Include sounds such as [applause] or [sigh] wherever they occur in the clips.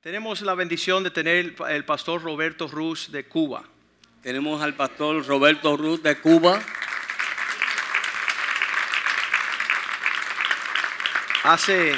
Tenemos la bendición de tener el pa- el pastor Roberto Ruz de Cuba. Tenemos al pastor Roberto Ruth de Cuba. Hace,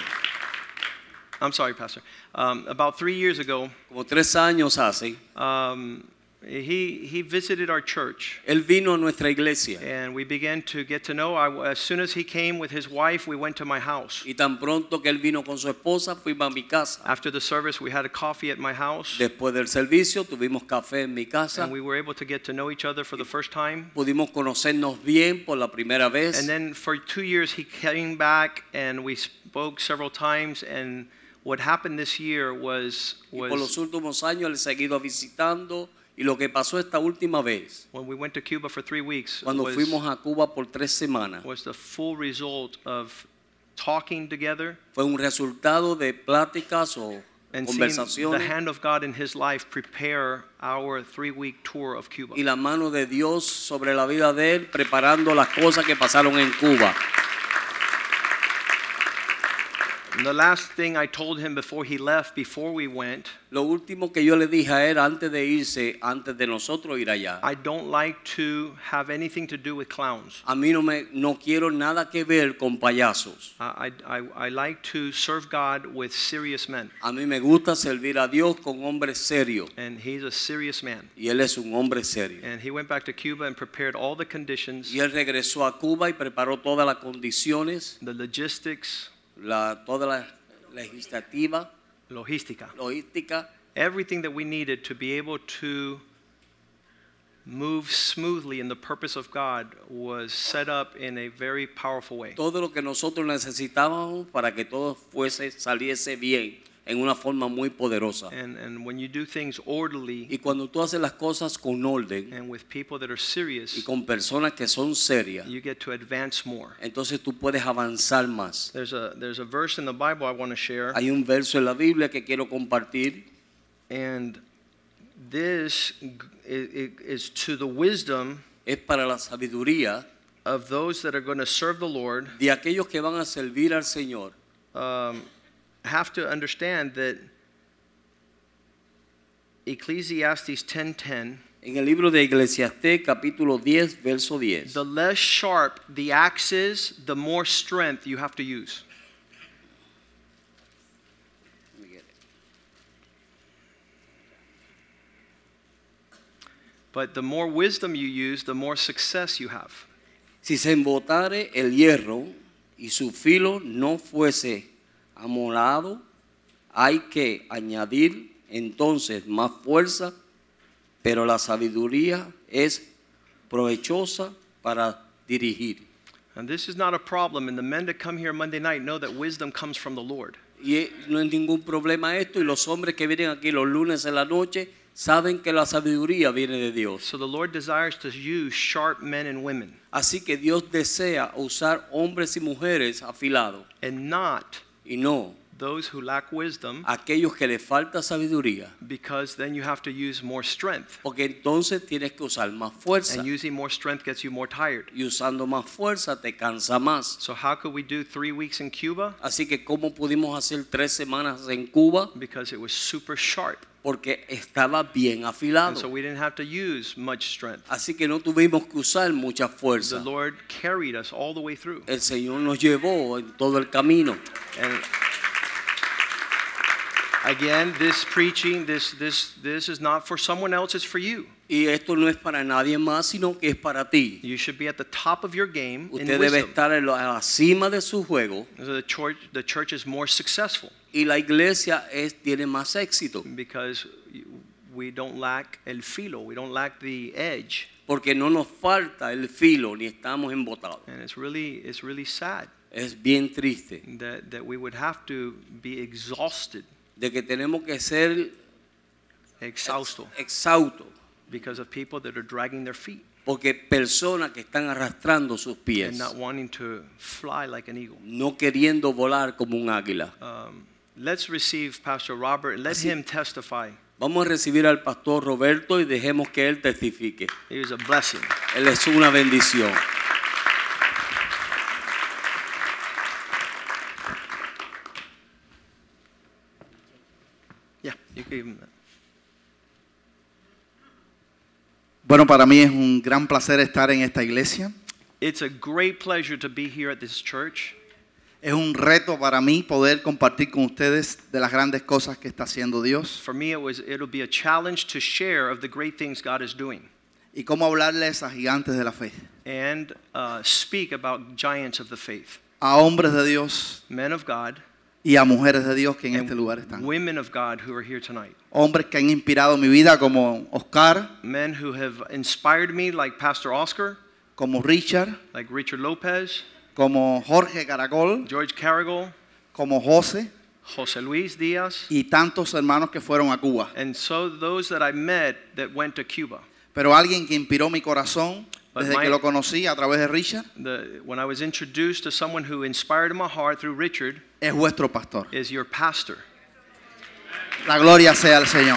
I'm sorry, Pastor, Um, about three years ago, Como tres años hace, um, he, he visited our church él vino a nuestra iglesia and we began to get to know. I, as soon as he came with his wife, we went to my house. y tan pronto que él vino con su esposa, fuimos a mi casa. After the service, we had a coffee at my house Después del servicio tuvimos café en mi casa, and we were able to get to know each other for the first time. pudimos conocernos bien por la primera vez And then for two years, he came back and we spoke several times. And what happened this year was, y por was los últimos años le he seguido visitando y lo que pasó esta última vez, When we went to Cuba for three weeks, cuando was, fuimos a Cuba por tres semanas, was the full result of talking together fue un resultado de pláticas o and seeing the conversaciones hand of God in His life prepare our three-week tour of Cuba. y la mano de Dios sobre la vida de él, preparando las cosas que pasaron en Cuba. And the last thing I told him before he left, before we went, Lo último que yo le dije a él antes de irse, antes de nosotros ir allá, I don't like to have anything to do with clowns. a mí no me no quiero nada que ver con payasos. I, I, I- I like to serve God with serious men, A mí me gusta servir a Dios con hombres serios and he's a serious man. y él es un hombre serio. And he went back to Cuba and prepared all the conditions, Y él regresó a Cuba y preparó todas las condiciones, the logistics, la toda la legislativa, logística. logística, everything that we needed to be able to move smoothly in the purpose of God was set up in a very powerful way. todo lo que nosotros necesitábamos para que todo fuese saliese bien en una forma muy poderosa. And, and when you do things orderly Y cuando tú haces las cosas con orden and with people that are y serious, con personas que son serias, you get to advance more. entonces tú puedes avanzar más. There's a, there's a verse in the Bible I want to share, Hay un verso en la Biblia que quiero compartir and this g- i- i- is to the wisdom es para la sabiduría of those that are going to serve the Lord, de aquellos que van a servir al Señor. um, have to understand that Ecclesiastes 10:10 En el libro de Eclesiastés capítulo 10, verso 10. The less sharp the axe is, the more strength you have to use. But the more wisdom you use, the more success you have. Si se embotare el hierro y su filo no fuese amolado, hay que añadir entonces más fuerza, pero la sabiduría es provechosa para dirigir. And this is not a problem. And the men that come here Monday night know that wisdom comes from the Lord. Y eh, no es ningún problema esto, y los hombres que vienen aquí los lunes en la noche saben que la sabiduría viene de Dios. So the Lord desires to use sharp men and women Así que Dios desea usar hombres y mujeres afilados, and not y no those who lack wisdom aquellos que le falta sabiduría. because then you have to use more strength. Porque entonces tienes que usar más fuerza. And using more strength gets you more tired. Y usando más fuerza te cansa más. So how could we do three weeks in Cuba? Así que ¿cómo pudimos hacer tres semanas en Cuba? Because it was super sharp. Porque estaba And bien so afilado. we didn't have to use much strength. Así que no tuvimos que usar mucha The fuerza. Lord carried us all the way through. El Señor nos llevó en todo el camino. And again, this preaching, this this this is not for someone else, it's for you. Y esto no es para nadie más, sino que es para ti. You should be at the top of your game in Usted debe wisdom. estar en la- a la cima de su juego So The church, the church is more successful y la iglesia es, tiene más éxito because you- we don't lack el filo, we don't lack the edge. porque no nos falta el filo ni estamos embotados. And it's really it's really sad Es bien triste. that, that we would have to be exhausted de que tenemos que ser exhausto exhausto, because of people that are dragging their feet porque personas que están arrastrando sus and pies, not wanting to fly like an eagle. no queriendo volar como un águila. Um, let's receive Pastor Robert and let him testify. Vamos a recibir al pastor Roberto y dejemos que él testifique. It was a blessing. Él es una bendición. Yeah, you can give him that. Bueno, para mí es un gran placer estar en esta iglesia. It's a great pleasure to be here at this church. Es un reto para mí poder compartir con ustedes de las grandes cosas que está haciendo Dios For me, it was, it'll be a challenge to share of the great things God is doing y cómo hablarles a gigantes de la fe, and uh, speak about giants of the faith, a hombres de Dios men of God, y a mujeres de Dios que en and este lugar están. women of God who are here tonight. Hombres que han inspirado mi vida como Oscar, Men who have inspired me, like Pastor Oscar, como Richard, like Richard Lopez, como Jorge Caracol, George Carrigal, como José Jose Luis Diaz, y tantos hermanos que fueron a Cuba. and so those that I met that went to Cuba. Pero alguien que inspiró mi corazón But desde my- que lo conocí a través de Richard The, when I was introduced to someone who inspired my heart through Richard, es vuestro pastor. is your pastor. La gloria sea al Señor.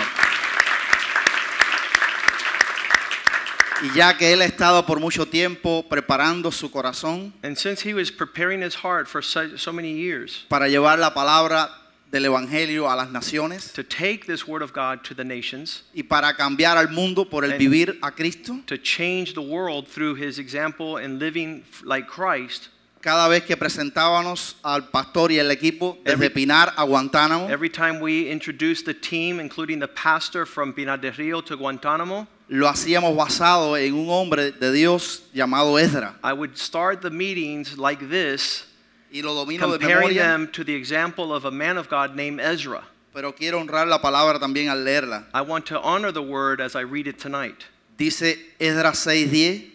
Y ya que él ha estado por mucho tiempo preparando su corazón And since he was preparing his heart for so, so many years para llevar la palabra del Evangelio a las naciones to take this word of God to the nations, y para cambiar al mundo por el And- vivir a Cristo, to change the world through his example and living f- like Christ, cada vez que presentábamos al pastor y el equipo desde Every- Pinar a Guantánamo, every time we introduced the team, including the pastor from Pinar del Rio to Guantanamo, lo hacíamos basado en un hombre de Dios llamado Ezra. I would start the meetings like this, Y lo domino de comparing memoria, them to the example of a man of God named Ezra. pero quiero honrar la palabra también al leerla. I want to honor the word as I read it tonight. Dice Ezra 6:10,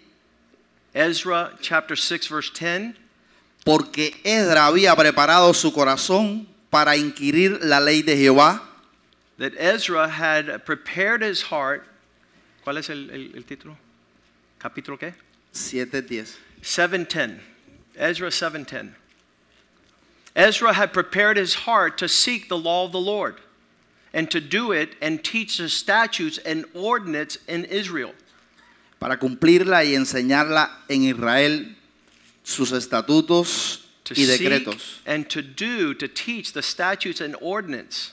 Ezra chapter 6, verse 10. porque Ezra había preparado su corazón para inquirir la ley de Jehová that Ezra had prepared his heart. ¿Cuál es el, el, el título? ¿Capítulo qué? 7:10. 710. Ezra 710. Ezra had prepared his heart to seek the law of the Lord and to do it and teach the statutes and ordinance in Israel, para cumplirla y enseñarla en Israel sus estatutos to y seek decretos. and to do, to teach the statutes and ordinance.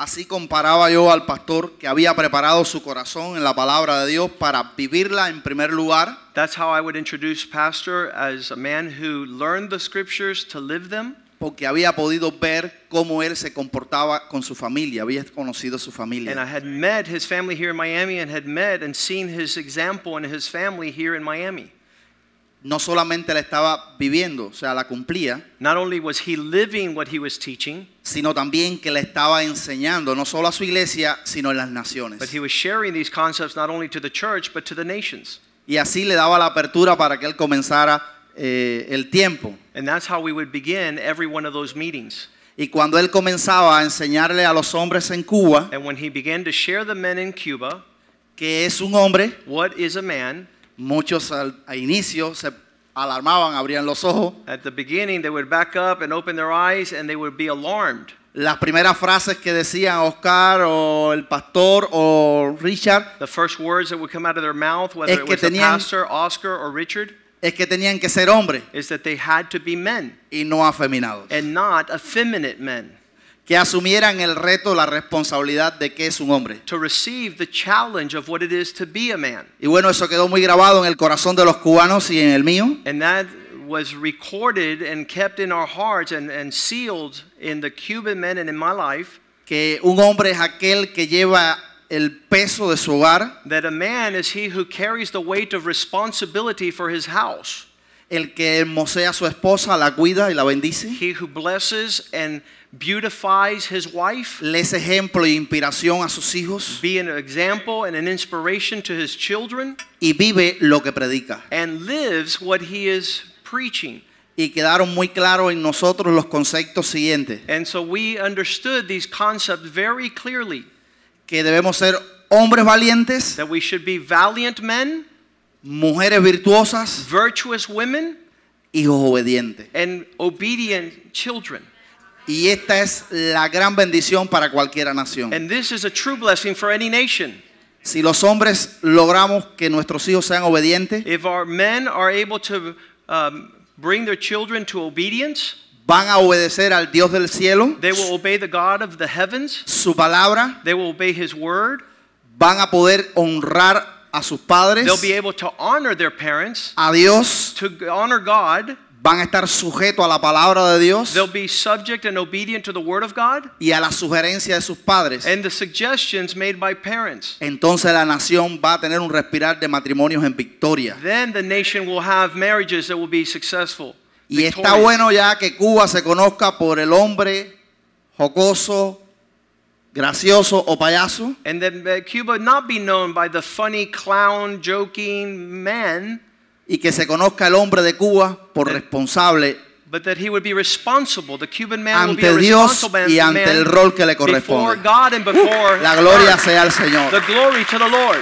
Así comparaba yo al pastor que había preparado su corazón en la palabra de Dios para vivirla en primer lugar That's how I would introduce pastor as a man who learned the scriptures to live them. porque había podido ver cómo él se comportaba con su familia, había conocido su familia. And I had met his family here in Miami and had met and seen his example and his family here in Miami. no solamente la estaba viviendo, o sea, la cumplía, Not only was he living what he was teaching, sino también que la estaba enseñando, no solo a su iglesia, sino en las naciones. but he was sharing these concepts not only to the church, but to the nations. Y así le daba la apertura para que él comenzara eh, el tiempo. And that's how we would begin every one of those meetings. Y cuando él comenzaba a enseñarle a los hombres en Cuba, And when he began to share the men in Cuba, que es un hombre, what is a man? muchos al, a inicio se alarmaban, abrían los ojos. At the beginning, they would back up and open their eyes and they would be alarmed. Las primeras frases que decían Oscar o el pastor o Richard The first words that would come out of their mouth, whether Es it que was the tenían- pastor, Oscar, or Richard, es que tenían que ser hombres is that they had to be men. y no afeminados. and not effeminate men que asumieran el reto, la responsabilidad de que es un hombre. to receive the challenge of what it is to be a man. Y bueno, eso quedó muy grabado en el corazón de los cubanos y en el mío. And that was recorded and kept in our hearts and, and sealed in the Cuban men and in my life Que un hombre es aquel que lleva el peso de su hogar, that a man is he who carries the weight of responsibility for his house, el que hermosea a su esposa, la cuida y la bendice. he who blesses and beautifies his wife, Le es ejemplo e inspiración a sus hijos be an example and an inspiration to his children, y vive lo que predica. and lives what he is preaching. Y quedaron muy claros en nosotros los conceptos siguientes. And so we understood these concepts very clearly. que debemos ser hombres valientes, that we should be valiant men, mujeres virtuosas, virtuous women, hijos obedientes. and obedient children. Y esta es la gran bendición para cualquier nación. And this is a true blessing for any nation. Si los hombres logramos que nuestros hijos sean obedientes, If our men are able to um, bring their children to obedience, van a obedecer al Dios del cielo, they will obey the God of the heavens, su palabra, they will obey His word, van a poder honrar a sus padres, they'll be able to honor their parents, a Dios, to honor God, van a estar sujetos a la palabra de Dios they'll be subject and obedient to the word of God y a la sugerencia de sus padres. and the suggestions made by parents. Entonces la nación va a tener un respirar de matrimonios en victoria. Then the nation will have marriages that will be successful. Y está victorious. bueno ya que Cuba se conozca por el hombre jocoso, gracioso o payaso, And then uh, Cuba not be known by the funny, clown, joking man, y que se conozca el hombre de Cuba por responsable but that he would be responsible. The Cuban man will be a Ante Dios responsible man, y ante el rol que le before corresponde. Uh, God and before La gloria earth. sea al Señor. the glory to the Lord.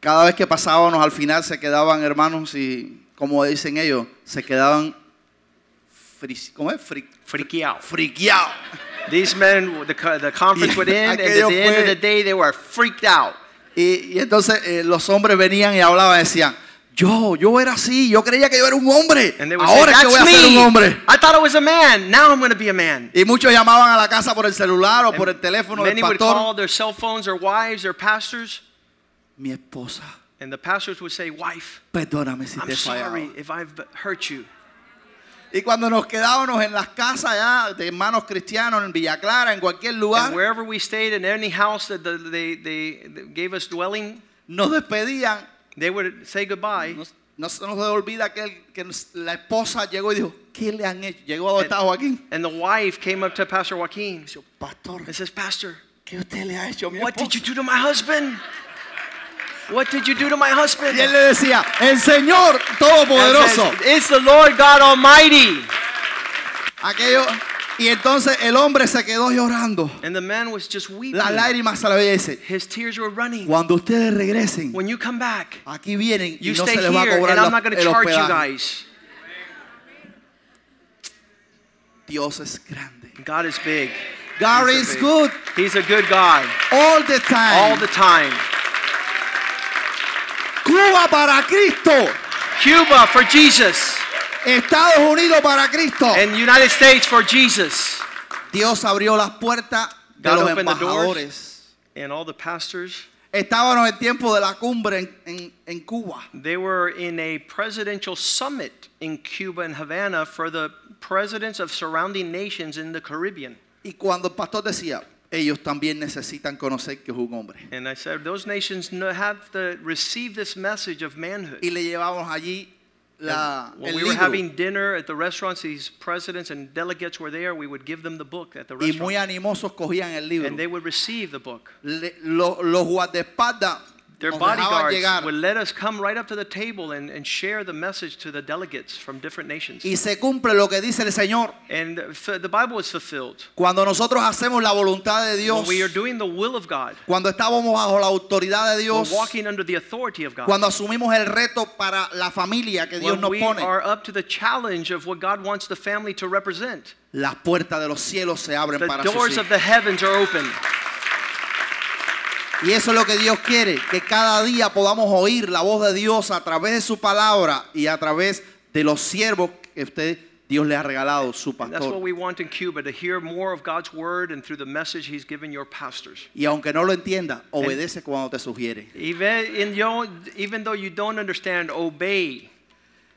Cada vez que pasábamos al final se quedaban hermanos y, como dicen ellos, se quedaban fris- ¿cómo es? Fri- Freaky out. friqueados. These men, the, co- the conference would end, and at Aquello the end of fue- the day, they were freaked out. Y, y entonces eh, los hombres venían y hablaban, decían, yo, yo era así, yo creía que yo era un hombre, And they would ahora es say, que voy a That's ser me. un hombre. I thought I was a man. Now I'm going to be a man. Y muchos llamaban a la casa por el celular o por el teléfono del Many would call pastor. their cell phones or wives or pastors, Mi esposa, and the pastors would say, Wife, perdóname si te I'm he fallado". sorry if I've hurt you. Y cuando nos quedábamos en las casas ya de hermanos cristianos en Villa Clara, en cualquier lugar, And wherever we stayed, in any house that the, they, they, they gave us dwelling, nos despedían. they would say goodbye. No, no se nos olvida que, el- que nos- la esposa llegó y dijo, ¿qué le han hecho? Llegó a donde está Joaquín. And the wife came up to Pastor Joaquin Dijo, Pastor, and says, Pastor, ¿qué usted le ha hecho a mi what did you esposa? do to my husband? What did you do to my husband? Y él le decía, el Señor And Todopoderoso. says, it's the Lord God Almighty. Aquello, y entonces el hombre se quedó llorando. And the man was just weeping. Las lágrimas se la veía y dice, His tears were running. cuando ustedes regresen, When you come back, aquí vienen y you no stay se les va a here, cobrar and I'm not la- going to el charge you hospedaje. guys. Dios es grande. God is big. God He's is big. good He's a good God all the time. all the time. Cuba para Cristo, Cuba for Jesus Estados Unidos para Cristo. and United States for Jesus. Dios abrió las puertas de God los opened the doors. embajadores. And all the pastors, Estábamos en el tiempo de la cumbre en, en- en Cuba. they were in a presidential summit in Cuba and Havana for the presidents of surrounding nations in the Caribbean. Y cuando el pastor decía, ellos también necesitan conocer que es un hombre. And I said, those nations no- have to receive this message of manhood. Y le llevamos allí la, And el when we were libro. having dinner at the restaurants, these presidents and delegates were there. We would give them the book at the Y muy restaurant, animosos cogían el and they libro. would receive the book. Le- lo- los guardaespaldas Their nos dejaban llegar. bodyguards would let us come right up to the table and, and share the message to the delegates from different nations. Y se cumple lo que dice el Señor. And uh, f- the Bible is fulfilled. Cuando nosotros hacemos la voluntad de When Dios, we are doing the will of God, cuando estábamos bajo la autoridad de we're Dios, walking under the authority of God. cuando asumimos el reto para la familia que Dios When nos we pone, are up to the challenge of what God wants the family to represent, las puertas de los cielos se abren the para sus doors hijos. of the heavens are open. Y eso es lo que Dios quiere, que cada día podamos oír la voz de Dios a través de su palabra y a través de los siervos que usted Dios le ha regalado, su That's what pastor. we want in Cuba to hear more of God's word and through the message He's given your pastors. Y aunque no lo entienda, obedece cuando te sugiere. Even, in your, even though you don't understand, obey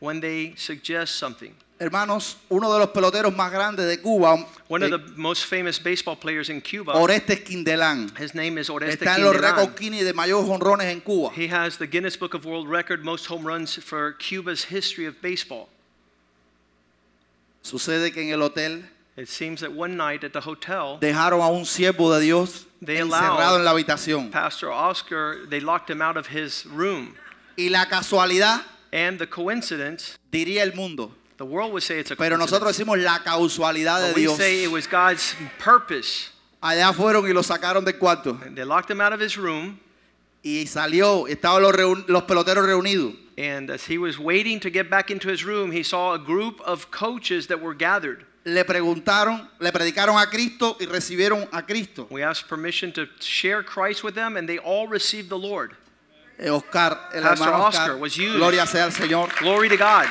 when they suggest something. Hermanos, uno de los peloteros más grandes de Cuba, One eh, of the most famous baseball players in Cuba, Orestes Quindelán, his name is Oreste está en los récords Quindelán. Guinness de mayores honrones en Cuba. He has the Guinness Book of World Record most home runs for Cuba's history of baseball. Sucede que en el hotel It seems that one night at the hotel, dejaron a un siervo de Dios They encerrado allowed- en la habitación. Pastor Oscar, they locked him out of his room. Y la casualidad, And the coincidence, diría el mundo, The world would say it's a Pero nosotros coincidence. decimos la causalidad de But we Dios. say it was God's purpose. Allá fueron y lo sacaron del cuarto. They locked him out of his room, Y salió, estaban los, reun- los peloteros reunidos. and as he was waiting to get back into his room, he saw a group of coaches that were gathered. Le preguntaron, le predicaron a Cristo y recibieron a Cristo. We asked permission to share Christ with them, and they all received the Lord. Eh, Oscar, el Pastor hermano Oscar Oscar. was used. Gloria sea al Señor. Glory to God.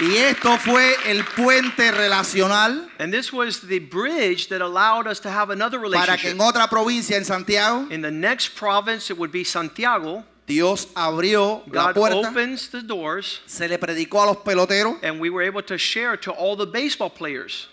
Y esto fue el puente relacional And this was the bridge that allowed us to have another para que en relationship. otra provincia, en Santiago, In the next province, it would be Santiago. Dios abrió la God puerta, opens the doors, se le predicó a los peloteros and we were able to share to all the baseball players.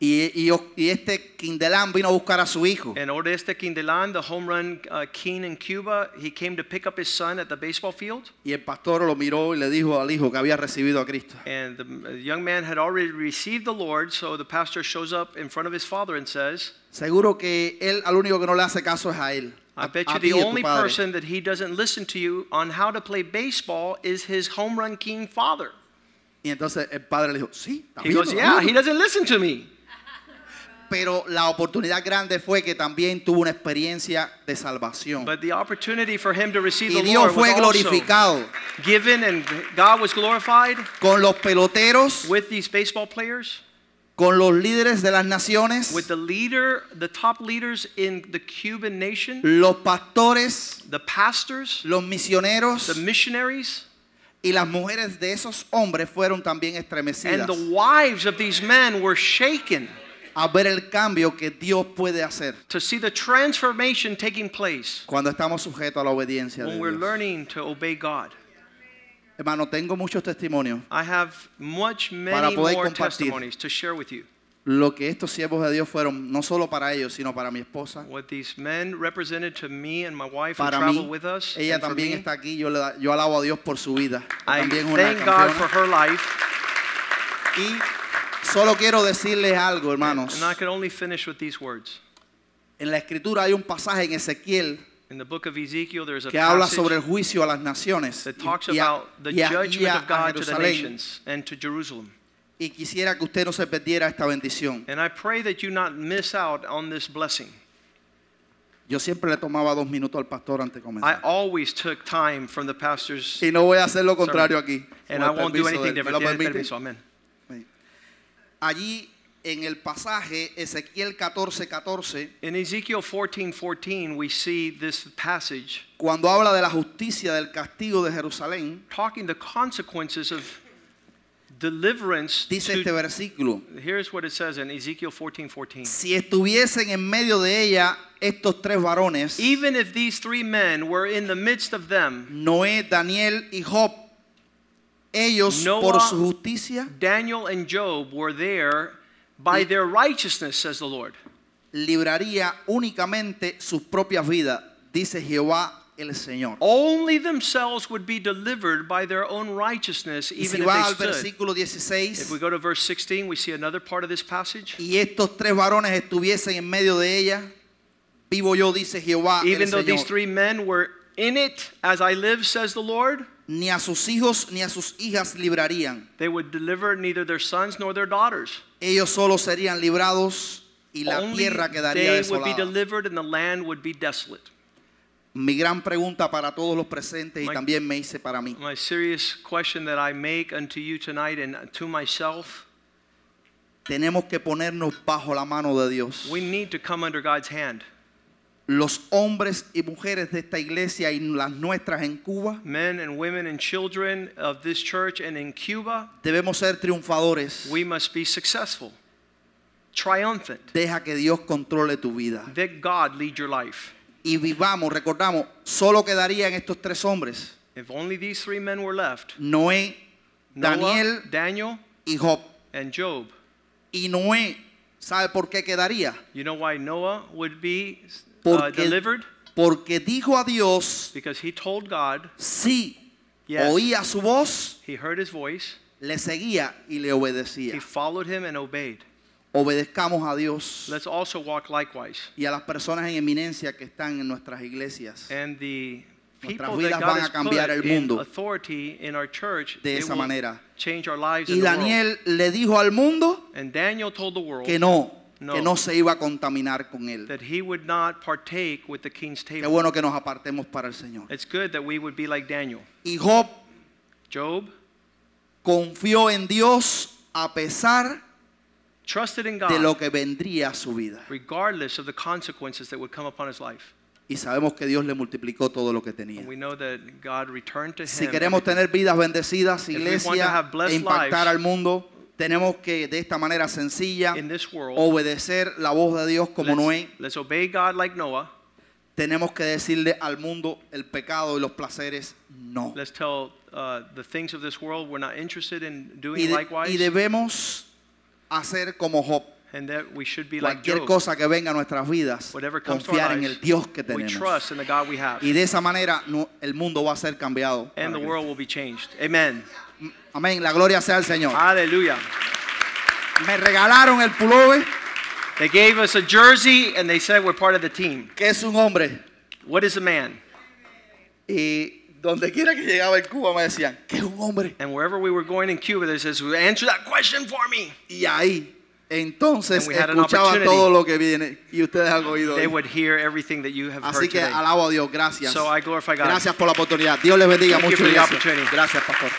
y, y- y este Quindelán vino a buscar a su hijo. And Oreste Quindelan, the home run uh, king in Cuba, he came to pick up his son at the baseball field. Y el pastor lo miró y le dijo al hijo que había recibido a Cristo. And the uh, young man had already received the Lord, so the pastor shows up in front of his father and says, Seguro que él al único que no le hace caso es a él. I A, bet a you ti y the a tu only padre. person that he doesn't listen to you on how to play baseball is his home run king father. Y entonces el padre le dijo, sí, está He bien, goes, lo Yeah, mismo". he doesn't listen to me. Pero la oportunidad grande fue que también tuvo una experiencia de salvación. But the opportunity for him to receive Y the Lord was Dios fue also glorificado given, and God was glorified con los peloteros, with these baseball players, con los líderes de las naciones, with the leader, the top leaders in the Cuban nation, los pastores, the pastors, los the misioneros missionaries, y las mujeres de esos hombres fueron también and estremecidas the wives of these men were shaken a ver el cambio que Dios puede hacer to see the transformation taking place cuando estamos sujetos a la obediencia de when we're Dios. learning to obey God. Hermano, tengo muchos testimonios. I have much Para many poder more compartir. testimonies to share with you. Lo que estos siervos de Dios fueron, no solo para ellos, sino para mi esposa, What these men represented to me and my wife who para traveled mí. with us. Ella and for también me. está aquí. Yo, le da- yo alabo a Dios por su vida. I También es una thank God for campeona. her life. Y solo quiero decirles algo, hermanos. And I can only finish with these words. En la escritura hay un pasaje en Ezequiel In the book of Ezekiel, there's a que habla passage sobre el juicio a las naciones that talks y, y a, about the y a- y judgment a- of a God to the Jerusalén. nations and to Jerusalem. Y quisiera que usted no se perdiera esta bendición. And I pray that you not miss out on this blessing. Yo siempre le tomaba dos minutos al pastor antes de I comenzar. always took time from the pastor's, Y no voy a hacer lo contrario aquí. and I con el won't do permiso anything de él. ¿Me different. lo Tiene permite? permiso, amen. Allí en el pasaje Ezequiel 14, 14, In Ezekiel 14:14, we see this passage cuando habla de la justicia del castigo de Jerusalén, talking the consequences of deliverance. dice to- este versículo. here's what it says in Ezekiel 14:14. Si estuviesen en medio de ella estos tres varones, Even if these three men were in the midst of them, Noé, Daniel y Job, ellos Noah- por su justicia Daniel and Job were there by their righteousness, says the Lord. libraría únicamente sus propias vidas, dice Jehová el Señor. Only themselves would be delivered by their own righteousness, Y si even va al if they stood. versículo If 16, we go to verse 16, we see another part of this passage. y estos tres varones estuviesen en medio de ella, vivo yo, dice Jehová el Even though these Señor. three men were in it, as I live, says the Lord, Ni a sus hijos ni a sus hijas librarían. they would deliver neither their sons nor their daughters. Ellos solo serían librados y la Only tierra quedaría they would be desolada. delivered and the land would be desolate. Mi gran pregunta para todos los presentes y My- también me hice para mí. My serious question that I make unto you tonight and to myself Tenemos que ponernos bajo la mano de Dios. we need to come under God's hand. Los hombres y mujeres de esta iglesia y las nuestras en Cuba Men and women and children of this church and in Cuba, debemos ser triunfadores. we must be successful, triumphant. Deja que Dios controle tu vida. Let God lead your life. Y vivamos, recordamos, solo quedarían estos tres hombres, If only these three men were left Noé, Noah, Daniel Daniel, y Job. and Job. Y Noé, ¿sabe por qué quedaría? You know why Noah would be uh, Porque, delivered? porque dijo a Dios, Because he told God, sí, Yes. oía su voz, he heard his voice, le seguía y le he obedecía. followed him and obeyed. Obedezcamos a Dios. Let's also walk likewise. y a las personas en eminencia que están en nuestras iglesias. And the Nuestras people that vidas God van has a cambiar put el in mundo. authority in our church, de they esa will manera. change our lives Y in the Daniel le dijo al mundo world. And Daniel told the world que no, No. que no se iba a contaminar con él. that he would not partake with the king's Qué table. bueno que nos apartemos para el Señor. It's good that we would be like Daniel. Y Job Job confió en Dios a pesar trusted in de lo God que vendría a su vida. regardless of the consequences that would come upon his life. Y sabemos que Dios le multiplicó todo lo que tenía. And we know that God returned to him. Si queremos tener vidas bendecidas, If we want to have iglesia, e blessed impactar lives- al mundo, tenemos que de esta manera sencilla in this world, obedecer la voz de Dios como let's, Noé. let's obey God like Noah. Tenemos que decirle al mundo el pecado y los placeres no. Let's tell uh, the things of this world we're not interested in doing Y, de- likewise. y debemos hacer como Job. and that we should be like Cualquier Job. cosa que venga a nuestras vidas, Whatever comes to confiar our en lives, el Dios que we tenemos. trust in the God we have. Y de esa manera no- el mundo va a ser cambiado. and the para Cristo. world will be changed. Amen. Amén. La gloria sea al Señor. Ah. Hallelujah. Me regalaron el pullover, They gave us a jersey and they said we're part of the team. que es un hombre. What is a man? Y donde quiera que llegaba el Cuba me decían, que es un hombre. And wherever we were going in Cuba, they says, answer that question for me. Y ahí, entonces And we had an escuchaba opportunity. todo lo que viene y ustedes han oído. They hoy. would hear everything that you have Así heard que today. alabo a Dios, gracias. So I glorify God. Gracias por la oportunidad. Dios les bendiga Thank you mucho. for the iglesia. opportunity. Gracias, pastor.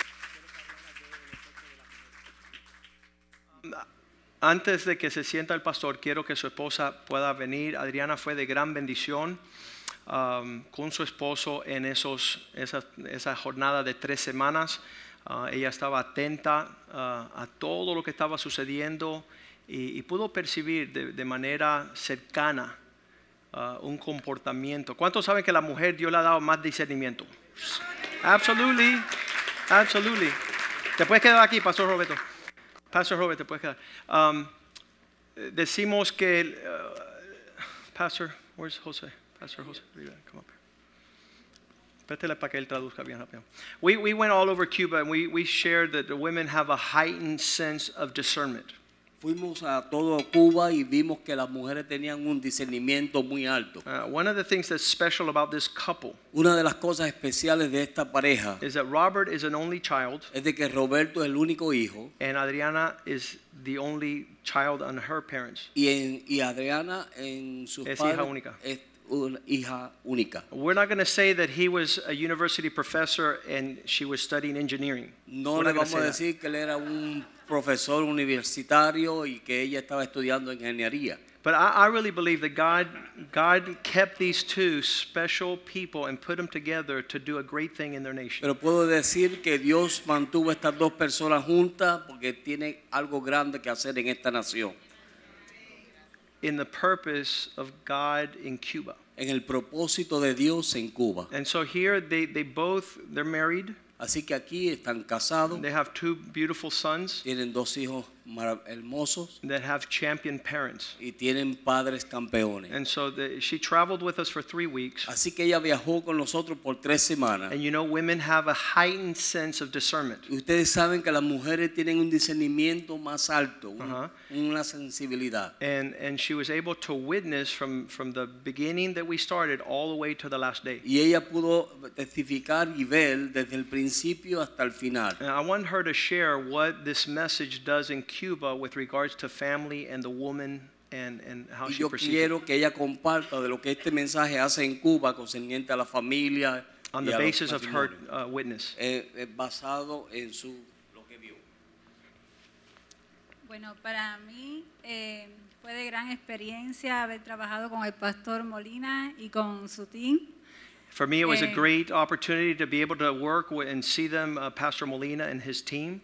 Antes de que se sienta el pastor, quiero que su esposa pueda venir. Adriana fue de gran bendición um, con su esposo en esos, esa, esa jornada de tres semanas. Ah, ella estaba atenta ah, a todo lo que estaba sucediendo y, y pudo percibir de, de manera cercana ah, un comportamiento. ¿Cuántos saben que la mujer Dios le ha dado más discernimiento? Absolutely, absolutely. Te puedes quedar aquí, Pastor Roberto. Pastor Robert, te puedes quedar. Um, eh, decimos que, el, uh, Pastor, where's Jose? Pastor Jose, Rivera, come up here. Préstele para que él traduzca bien rápido. We, we went all over Cuba and we, we shared that the women have a heightened sense of discernment. Fuimos a todo Cuba y vimos que las mujeres tenían un discernimiento muy alto. Uh, one of the things that's special about this couple Una de las cosas especiales de esta pareja is that Robert is an only child es de que Roberto es el único hijo and Adriana is the only child on her parents. y, en- y Adriana en su Es hija única. es una hija única. We're not going to say that he was a university professor and she was studying engineering. No We're le not gonna vamos say a that. decir que él era un profesor universitario y que ella estaba estudiando ingeniería. But I, I really believe that God, God kept these two special people and put them together to do a great thing in their nation. Pero puedo decir que Dios mantuvo a estas dos personas juntas porque tiene algo grande que hacer en esta nación. In the purpose of God in Cuba. En el propósito de Dios en Cuba. And so here they, they both, they're married. Así que aquí están casados, They have two beautiful sons tienen dos hijos marav- hermosos that have champion parents. y tienen padres campeones. And so the, she traveled with us for three weeks. Así que ella viajó con nosotros por tres semanas. And you know, women have a heightened sense of discernment. Y ustedes saben que las mujeres tienen un discernimiento más alto, un- Ajá. una sensibilidad. And, and she was able to witness from, from the beginning that we started all the way to the last day. Y ella pudo testificar y ver desde el principio hasta el final. And I want her to share what this message does in Cuba with regards to family and the woman and, and how Y she yo perceives it. quiero que ella comparta de lo que este mensaje hace en Cuba concerniente a la familia. on the y a los basis of her matrimonios. uh, witness. Eh, eh, basado en su, lo que vio. Bueno, para mí eh, fue de gran experiencia haber trabajado con el pastor Molina y con su team. For me, it was a Eh. great opportunity to be able to work with and see them, uh, Pastor Molina and his team.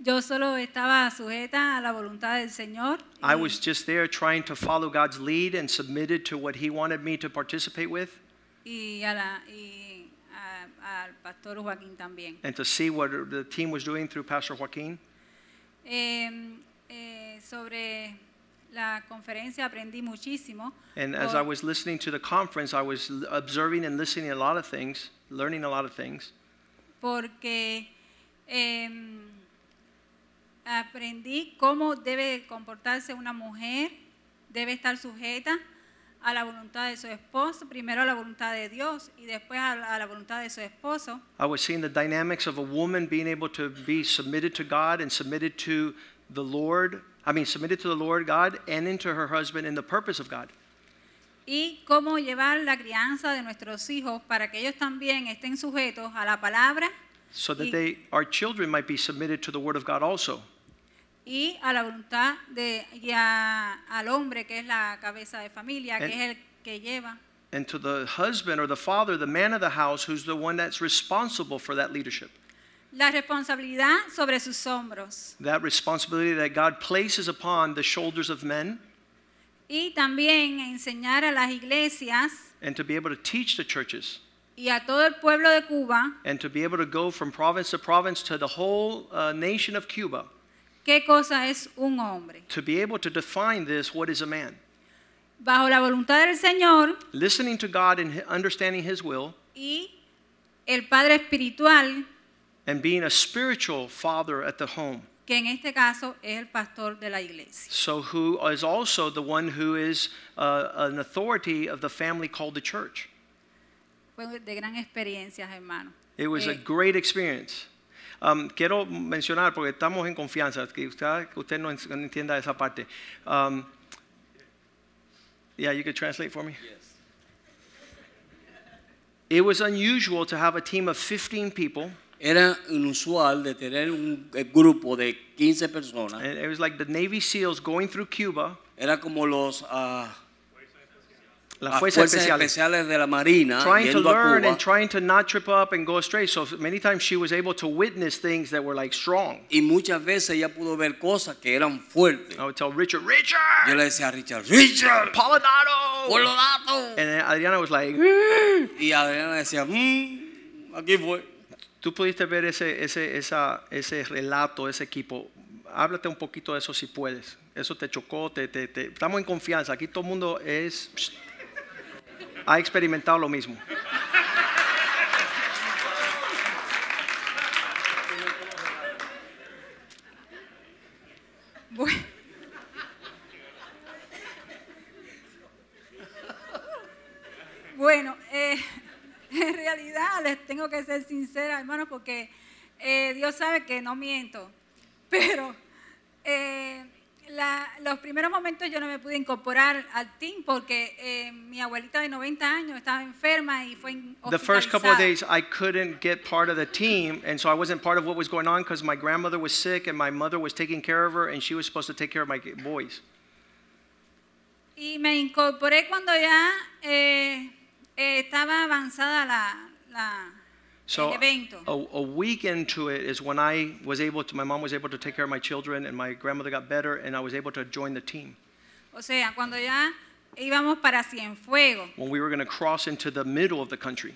Yo solo estaba sujeta a la voluntad del Señor. I y was just there trying to follow God's lead and submitted to what He wanted me to participate with y a la- y a- al pastor Joaquín también. and to see what the team was doing through Pastor Joaquin. Eh, eh, sobre la conferencia aprendí muchísimo. And as por- I was listening to the conference, I was l- observing and listening to a lot of things, learning a lot of things. porque eh, aprendí cómo debe comportarse una mujer, debe estar sujeta a la voluntad de su esposo, primero a la voluntad de Dios y después a la, a la voluntad de su esposo. I was seeing the dynamics of a woman being able to be submitted to God and submitted to the Lord. I mean, submitted to the Lord God and into her husband in the purpose of God. Y cómo llevar la crianza de nuestros hijos para que ellos también estén sujetos a la palabra So Y- that they, our children might be submitted to the Word of God also. y a la voluntad de, y a- al hombre que es la cabeza de familia, que And- es el que lleva. And to the husband or the father, the man of the house, who's the one that's responsible for that leadership. La responsabilidad sobre sus hombros. That responsibility that God places upon the shoulders of men Y también enseñar a las iglesias and to be able to teach the churches y a todo el pueblo de Cuba and to be able to go from province to province to the whole uh, nation of Cuba qué cosa es un hombre. to be able to define this what is a man. Bajo la voluntad del Señor Listening to God and hi- understanding His will y el Padre Espiritual, and being a spiritual father at the home. que en este caso es el pastor de la iglesia. So, who is also the one who is uh, an authority of the family called the church. Fue de gran experiencia, hermano. It was a Eh, great experience. Um, quiero mencionar, porque estamos en confianza, que usted, que usted no en- no entienda esa parte. Um, yeah, you could translate for me? Yes. It was unusual to have a team of 15 people. Era inusual de tener un eh, grupo de 15 personas. And it was like the Navy SEALs going through Cuba, Era como los ah, la las fuerza fuerzas especial, especiales de la Marina trying to yendo a learn Cuba. and trying to not trip up and go astray. So many times she was able to witness things that were like strong. Y muchas veces ella pudo ver cosas que eran fuertes. I would tell Richard, Yo Richard, le decía a Richard, Richard, por Polonado. los datos. And then Adriana was like, Y Adriana decía, "Mm, aquí fue. Tú pudiste ver ese, ese, esa, ese relato, ese equipo. Háblate un poquito de eso si puedes. Eso te chocó, te, te- te- estamos en confianza. Aquí todo el mundo es, psst, ha experimentado lo mismo. bu- Bueno, eh, en realidad les tengo que ser sincera, hermano, porque eh, Dios sabe que no miento. Pero eh, la- los primeros momentos yo no me pude incorporar al team porque eh, mi abuelita de 90 años estaba enferma y fue in- The first couple of hospitalizada. days, I couldn't get part of the team, and so I wasn't part of what was going on because my grandmother was sick and my mother was taking care of her, and she was supposed to take care of my boys. Y me incorporé cuando ya eh, eh, estaba avanzada la, la- So el evento. a, a week into it is when I was able to, my mom was able to take care of my children, and my grandmother got better, and I was able to join the team. O sea, cuando ya íbamos para Cienfuegos. when we were going to cross into the middle of the country.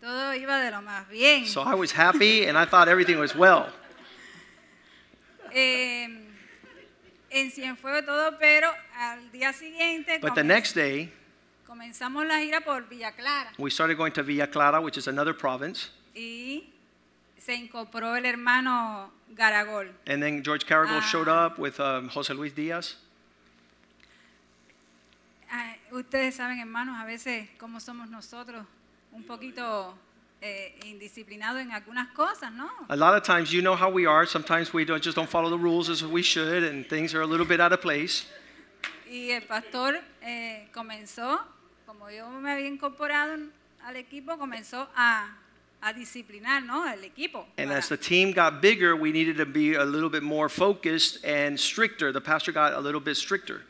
Todo iba de lo más bien. So I was happy and I thought everything was well. Eh, en Cienfuegos todo, pero al día siguiente But the comen- next day, comenzamos la gira por Villa Clara we started going to Villa Clara, which is another province, y se incorporó el hermano Garagol. and then George Carrigal Ah. showed up with um, Jose Luis Diaz. Ay, Ah, ustedes saben, hermanos, a veces como somos nosotros, un poquito eh, indisciplinados en algunas cosas, ¿no? A lot of times, you know how we are. Sometimes we don't, just don't follow the rules as we should, and things are a little bit out of place. Y el pastor eh, comenzó, como yo me había incorporado en- al equipo, comenzó a, a disciplinar, ¿no? Al equipo. And para- as the team got bigger, we needed to be a little bit more focused and stricter. The pastor got a little bit stricter.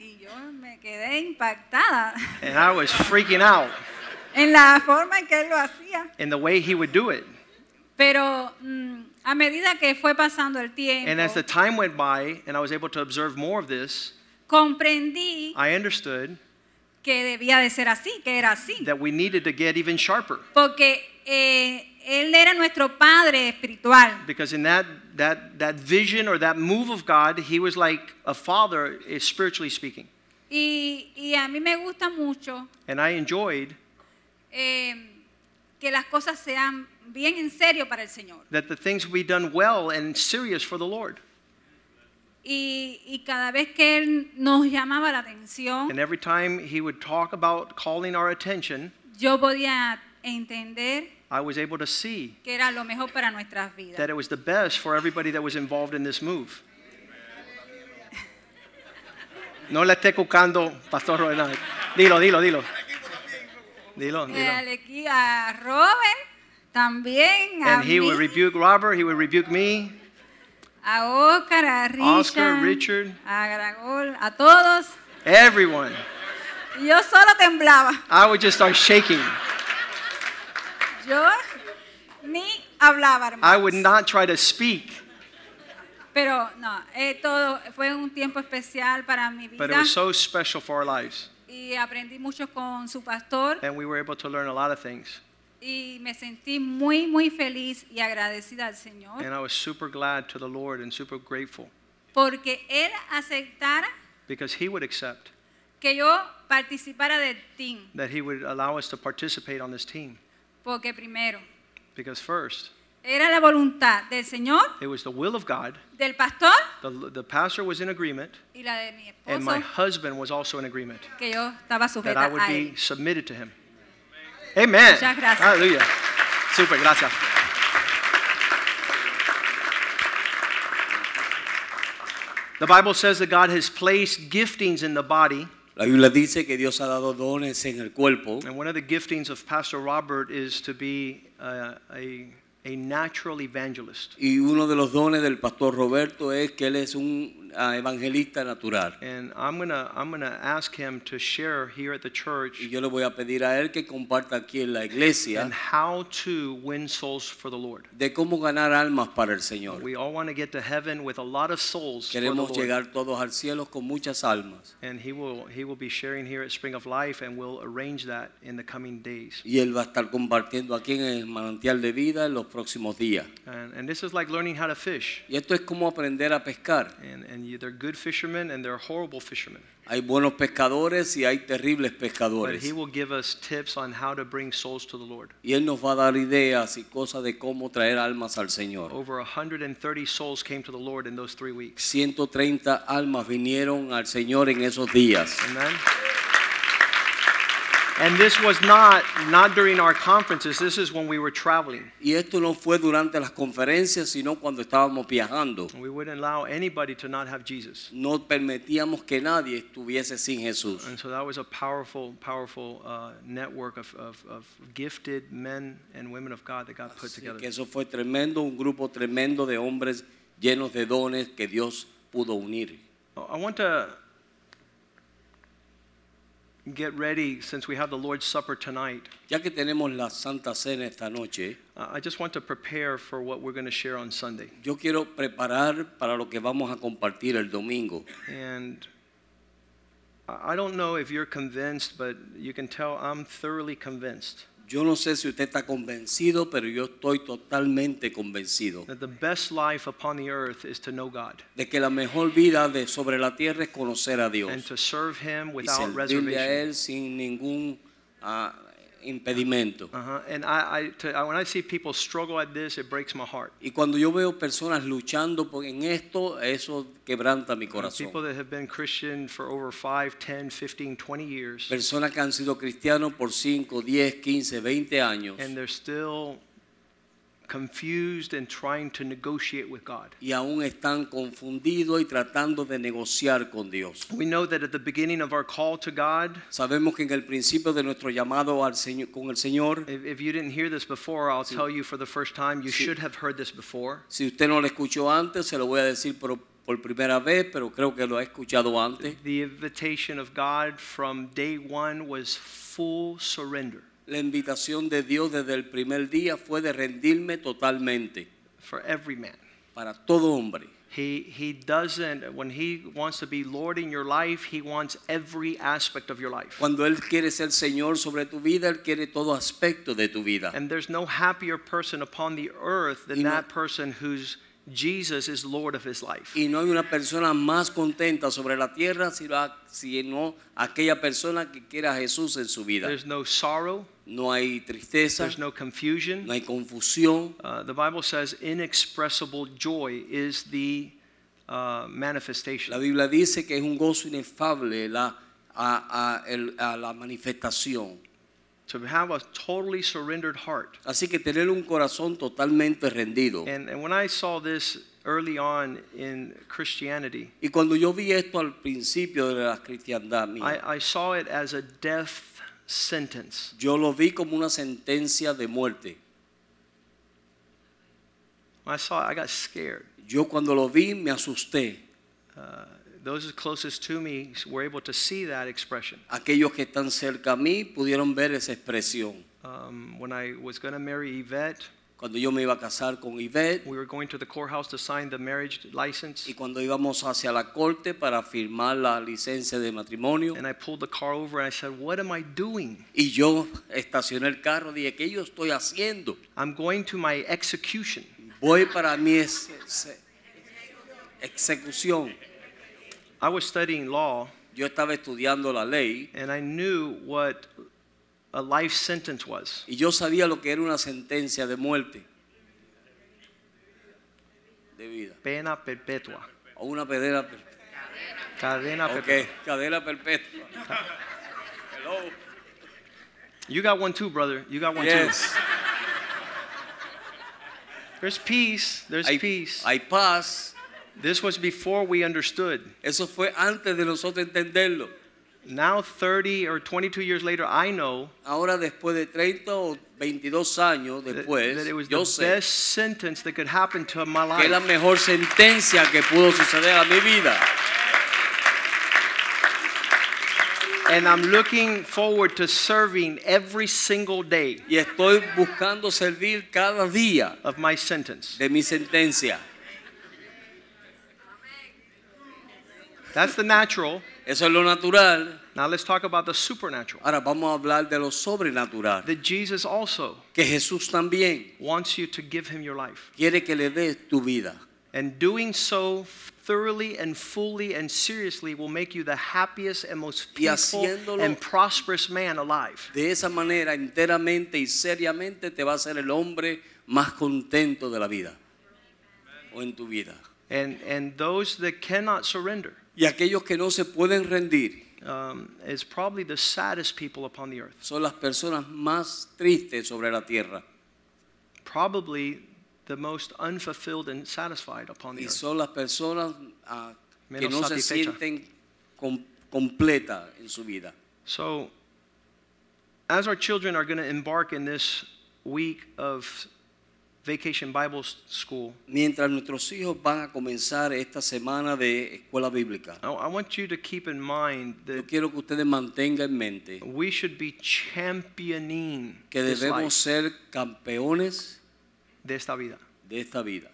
y yo me quedé impactada [laughs] And I was freaking out en la forma en que él lo hacía. in the way he would do it. Pero mm, a medida que fue pasando el tiempo, And as the time went by, and I was able to observe more of this, comprendí I understood que debía de ser así, que era así. that we needed to get even sharper Porque eh, Él era nuestro Padre espiritual. because in that that that vision or that move of God, He was like a father, eh, spiritually speaking. Y, y a mí me gusta mucho And I enjoyed eh, que las cosas sean bien en serio para el Señor. that the things would be done well and serious for the Lord. Y, y cada vez que Él nos llamaba la atención, And every time he would talk about calling our attention, yo podía entender I was able to see que era lo mejor para nuestras that vidas. it was the best for everybody that was involved in this move. No le esté cucando, Pastor Roberto. Dilo, dilo, dilo. Dilo, dilo. Eh, aquí a Robert, también a, And he would mí, rebuke Robert, he would rebuke me. a Oscar, a Richard, Oscar, Richard. a Gragol, a todos. Everyone. Y yo solo temblaba. I would just start shaking. Yo ni hablaba, hermanos. I would not try to speak, Pero no, eh, todo fue un tiempo especial para mi but it vida was so special for our lives. y aprendí mucho con su pastor And we were able to learn a lot of things. y me sentí muy, muy feliz y agradecida al Señor And I was super glad to the Lord and super grateful porque Él aceptara because He would accept que yo participara del team, that He would allow us to participate on this team. porque primero, Because first, era la voluntad del Señor, it was the will of God. del pastor The, the pastor was in agreement, y la de mi and my esposo, husband was also in agreement que yo estaba that I sujeta would a be Él. submitted to him. Amen. Muchas gracias. Hallelujah. Super, gracias. The Bible says that God has placed giftings in the body, La Biblia dice que Dios ha dado dones en el cuerpo. and one of the giftings of Pastor Robert is to be uh, a, a natural evangelist. Y uno de los dones del pastor Roberto es que él es un ah, evangelista natural. And I'm gonna I'm gonna ask him to share here at the church Y yo le voy a pedir a él que comparta aquí en la iglesia and how to win souls for the Lord. de cómo ganar almas para el Señor. We all want to get to heaven with a lot of souls for the Queremos Lord. llegar todos al cielo con muchas almas. And he will he will be sharing here at Spring of Life, and we'll arrange that in the coming days. Y él va a estar compartiendo aquí en el manantial de vida en los próximos días. And, and this is like learning how to fish. Y esto es como aprender a pescar. And and you, they're good fishermen and they're horrible fishermen. Hay buenos pescadores y hay terribles But pescadores. he will give us tips on how to bring souls to the Lord. Y él nos va a dar ideas y cosas de cómo traer almas al Señor. Over 130 souls came to the Lord in those three weeks. 130 almas vinieron al Señor en esos días. Amen. And this was not not during our conferences. This is when we were traveling. Y esto no fue durante las conferencias, sino cuando estábamos viajando. We wouldn't allow anybody to not have Jesus. No permitíamos que nadie estuviese sin Jesús. And so that was a powerful, powerful uh, network of, of, of gifted men and women of God that God put Así together. que eso fue tremendo, un grupo tremendo de hombres llenos de dones que Dios pudo unir. I want to get ready since we have the Lord's Supper tonight. Ya que tenemos la Santa Cena esta noche, Uh, I just want to prepare for what we're going to share on Sunday. yo quiero preparar para lo que vamos a compartir el domingo. And I I don't know if you're convinced, but you can tell I'm thoroughly convinced Yo no sé si usted está convencido, pero yo estoy totalmente convencido that the best life upon the earth is to know God de que la mejor vida de sobre la tierra es conocer a and Dios to serve Him y without servirle a reservation. él sin ningún ah, impedimento. Uh-huh. And I, I, to, I, when I see people struggle at this, it breaks my heart. Y cuando yo veo personas luchando por- en esto, eso quebranta mi corazón. People that have been Christian for over 5, 10, 15, 20 years, Personas que han sido cristianos por 5, 10, 15, 20 años and they're still confused and trying to negotiate with God. y aún están confundidos y tratando de negociar con Dios. We know that at the beginning of our call to God, Sabemos que en el principio de nuestro llamado al Señor, con el Señor, if, if you didn't hear this before, I'll tell you for the first time, you Sí. should have heard this before. si usted no lo escuchó antes, se lo voy a decir por, por primera vez, pero creo que lo ha escuchado antes. The invitation of God from day one was full surrender La invitación de Dios desde el primer día fue de rendirme totalmente for every man. para todo hombre. He, he doesn't, when he wants to be Lord in your life, he wants every aspect of your life. Cuando Él quiere ser Señor sobre tu vida, Él quiere todo aspecto de tu vida. And there's no happier person upon the earth than Y no- that person whose Jesus is Lord of his life. Y no hay una persona más contenta sobre la tierra si no- si no aquella persona que quiera a Jesús en su vida. There's no sorrow, No hay tristeza, there's no confusion. no hay confusión. Uh, the Bible says inexpressible joy is the uh, La manifestation. Biblia dice que es un gozo inefable la, a, a- el- a la manifestación. To have a totally surrendered heart. Así que tener un corazón totalmente rendido. And, and when I saw this early on in Christianity, Y cuando yo vi esto al principio de la cristiandad mía, I, I saw it as a death sentence. yo lo vi como una sentencia de muerte. When I saw it, I got scared. Yo cuando lo vi me asusté. Uh, those closest to me were able to see that expression. Aquellos que están cerca a mí pudieron ver esa expresión. Um, when I was going to marry Yvette, Cuando yo me iba a casar con Yvette we were going to the courthouse to sign the marriage license, y cuando íbamos hacia la corte para firmar la licencia de matrimonio and I pulled the car over and I said, What am I doing? y yo estacioné el carro, dije, ¿qué yo estoy haciendo? I'm going to my execution. Voy para mi ex- ex- ejecución. I was studying law, Yo estaba estudiando la ley and I knew what a life sentence was. y yo sabía lo que era una sentencia de muerte, de vida, Pena perpetua. o una cadena perpetua. Cadena perpetua. Ok, cadena perpetua. Hello. You got one too, brother. You got one Yes. too. There's peace. There's Hay, peace. hay paz. this was before we understood. Eso fue antes de nosotros entenderlo. Now, 30 or 22 years later, I know Ahora después de 30 o 22 años that, después, that it was yo the sé best sentence that could happen to my que es la life. mejor sentencia que pudo suceder a mi vida. And I'm looking forward to serving every single day Y estoy buscando servir cada día of my sentence. de mi sentencia. That's the natural. Eso es lo natural. Now, let's talk about the supernatural. Ahora vamos a hablar de lo sobrenatural. That Jesus also Que Jesús también wants you to give him your life. quiere que le des tu vida. And doing so thoroughly and fully and seriously will make you the happiest and most Y peaceful haciéndolo- and prosperous man alive. De esa manera, enteramente y seriamente, te va a ser el hombre más contento de la vida o en tu vida. And, and those that cannot surrender Y aquellos que no se pueden rendir um, is probably the saddest people upon the earth. son las personas más tristes sobre la tierra Probably the most unfulfilled and satisfied upon the y earth. son las personas ah, que Menos no se satisfecha. sienten com- completa en su vida. So, as our children are going to embark in this week of Vacation Bible S- School, Mientras nuestros hijos van a comenzar esta semana de escuela bíblica, I- I want you to keep in mind yo that quiero que ustedes mantengan en mente We should be championing que this debemos life, ser campeones de esta vida. de esta vida.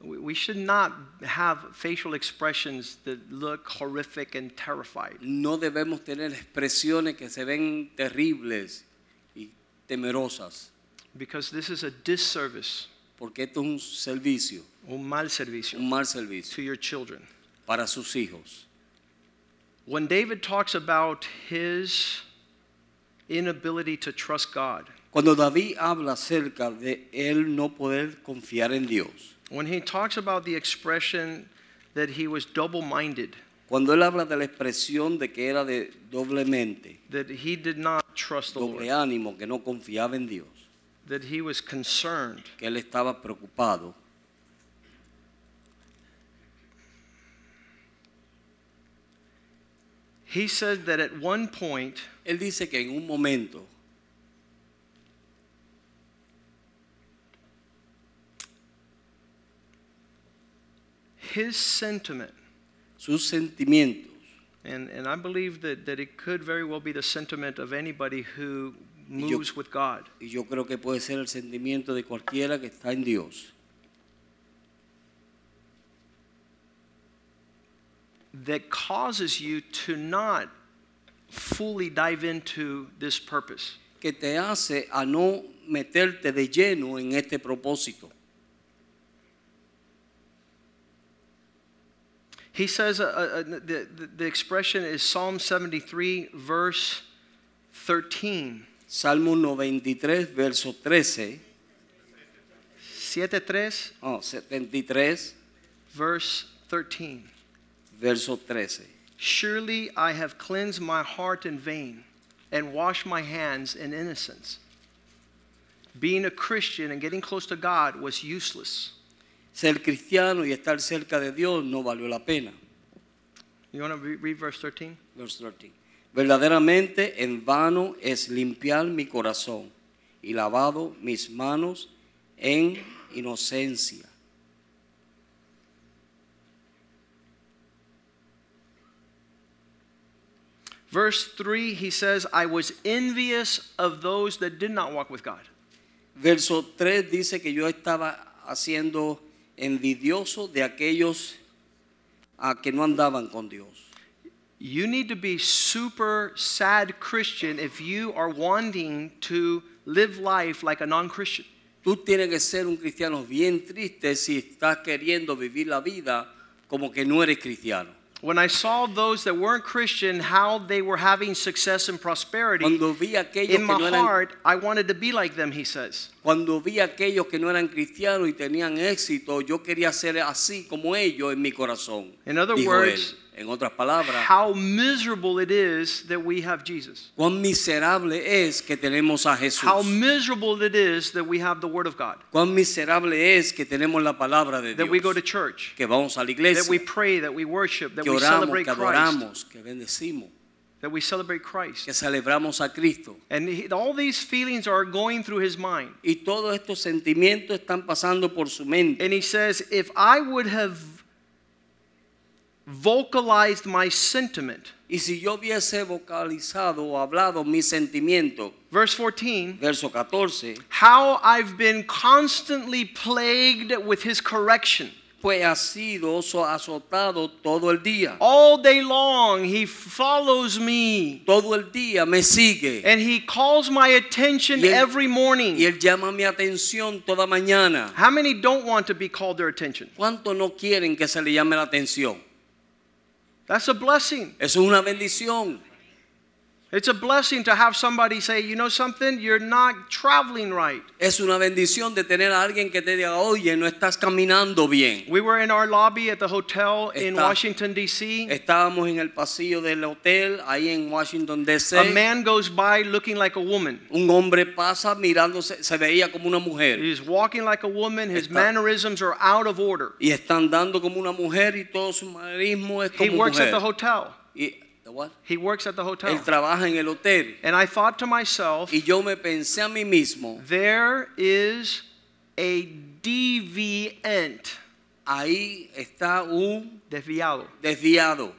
We we should not have facial expressions that look horrific and terrified. No debemos tener expresiones que se ven terribles y temerosas, Because this is a disservice, porque esto es un servicio, un mal servicio, un mal servicio to your children. para sus hijos. When David talks about his inability to trust God, Cuando David habla acerca de él no poder confiar en Dios, when he talks about the expression that he was double minded, cuando él habla de la expresión de que era de doblemente, that he did not trust the doble Lord, ánimo, que no confiaba en Dios, that he was concerned, que él estaba preocupado, he said that at one point, él dice que en un momento his sentiment, sus sentimientos, and, and I believe that, that it could very well be the sentiment of anybody who yo- moves with God, y yo creo que puede ser el sentimiento de cualquiera que está en Dios, that causes you to not fully dive into this purpose. que te hace a no meterte de lleno en este propósito. He says uh, uh, the, the, the expression is Psalm 73, verse 13. Salmo 93, verso 13, 73, no, 73, verse 13. verso 13. Surely I have cleansed my heart in vain and washed my hands in innocence. Being a Christian and getting close to God was useless. Ser cristiano y estar cerca de Dios no valió la pena. You want to re- read verse 13? Verse 13. Verdaderamente en vano es limpiar mi corazón y lavado mis manos en inocencia. Verse 3, he says, I was envious of those that did not walk with God. Verso 3 dice que yo estaba haciendo envidioso de aquellos a que no andaban con Dios. You need to be super sad Christian if you are wanting to live life like a non Christian. Tú tienes que ser un cristiano bien triste si estás queriendo vivir la vida como que no eres cristiano. When I saw those that weren't Christian, how they were having success and prosperity, Cuando vi a aquellos in que my no eran heart, I wanted to be like them, he says. Cuando vi a aquellos que no eran cristianos y tenían éxito, yo quería ser así como ellos en mi corazón. In other dijo words, él. en otras palabras, How miserable it is that we have Jesus. cuán miserable es que tenemos a Jesús. How miserable it is that we have the Word of God, Cuán miserable es que tenemos la palabra de that we go Dios. to church, Que vamos a la that we iglesia, pray, that we worship, that que we oramos, celebrate que Christ, adoramos, que bendecimos, that we celebrate que Christ. celebramos a Cristo. And he, all these feelings are going through his mind. Y todos estos sentimientos están pasando por su mente. And he says, If I would have vocalized my sentiment, Y si yo hubiese vocalizado o hablado mis sentimientos, verse 14, verso 14. how I've been constantly plagued with his correction. pues ha sido so- azotado todo el día. All day long, he follows me Todo el día me sigue. and he calls my attention Y él- every Y morning. él llama mi atención toda mañana. How many don't want to be called their attention? ¿Cuántos no quieren que se le llame la atención? That's a blessing. Eso es una bendición. It's a blessing to have somebody say, you know something, you're not traveling right. Es una bendición de tener a alguien que te diga, oye, no estás caminando bien. We were in our lobby at the hotel in Está- Washington, D.C. Estábamos en el pasillo del hotel, ahí en Washington, A D.C. man goes by looking like a woman. Un hombre pasa mirándose, se veía como una mujer. He's walking like a woman. His Está- mannerisms are out of order. Y está andando como una mujer y todo su manerismo es He como works at mujer. the hotel. Y- what? He works at the hotel. Él trabaja en el hotel. And I thought to myself, Y yo me pensé a mí mismo, there is a deviant, ahí está un desviado. desviado.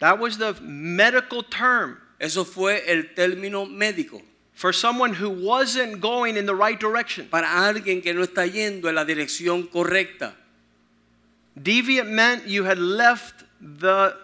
That was the medical term Eso fue el término médico. for someone who wasn't going in the right direction. Para alguien que no está yendo en la dirección correcta. Deviant meant you had left the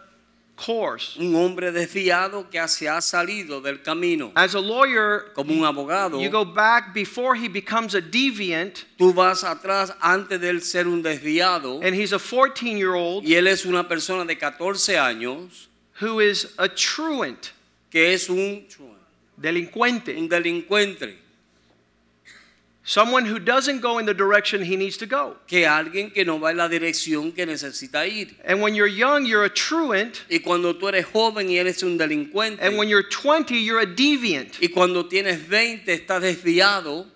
course. Un hombre desviado que se ha salido del camino. As a lawyer, Como un abogado, you go back before he becomes a deviant, tú vas atrás antes de él ser un desviado. and he's a 14 year old Y él es una persona de 14 años who is a truant, que es un, un delinquente, delincuente. someone who doesn't go in the direction he needs to go. Que alguien que no va en la dirección que necesita ir. And when you're young, you're a truant. Y cuando tú eres joven y eres un delincuente, And when you're 20, you're a deviant. y cuando tienes 20 estás desviado,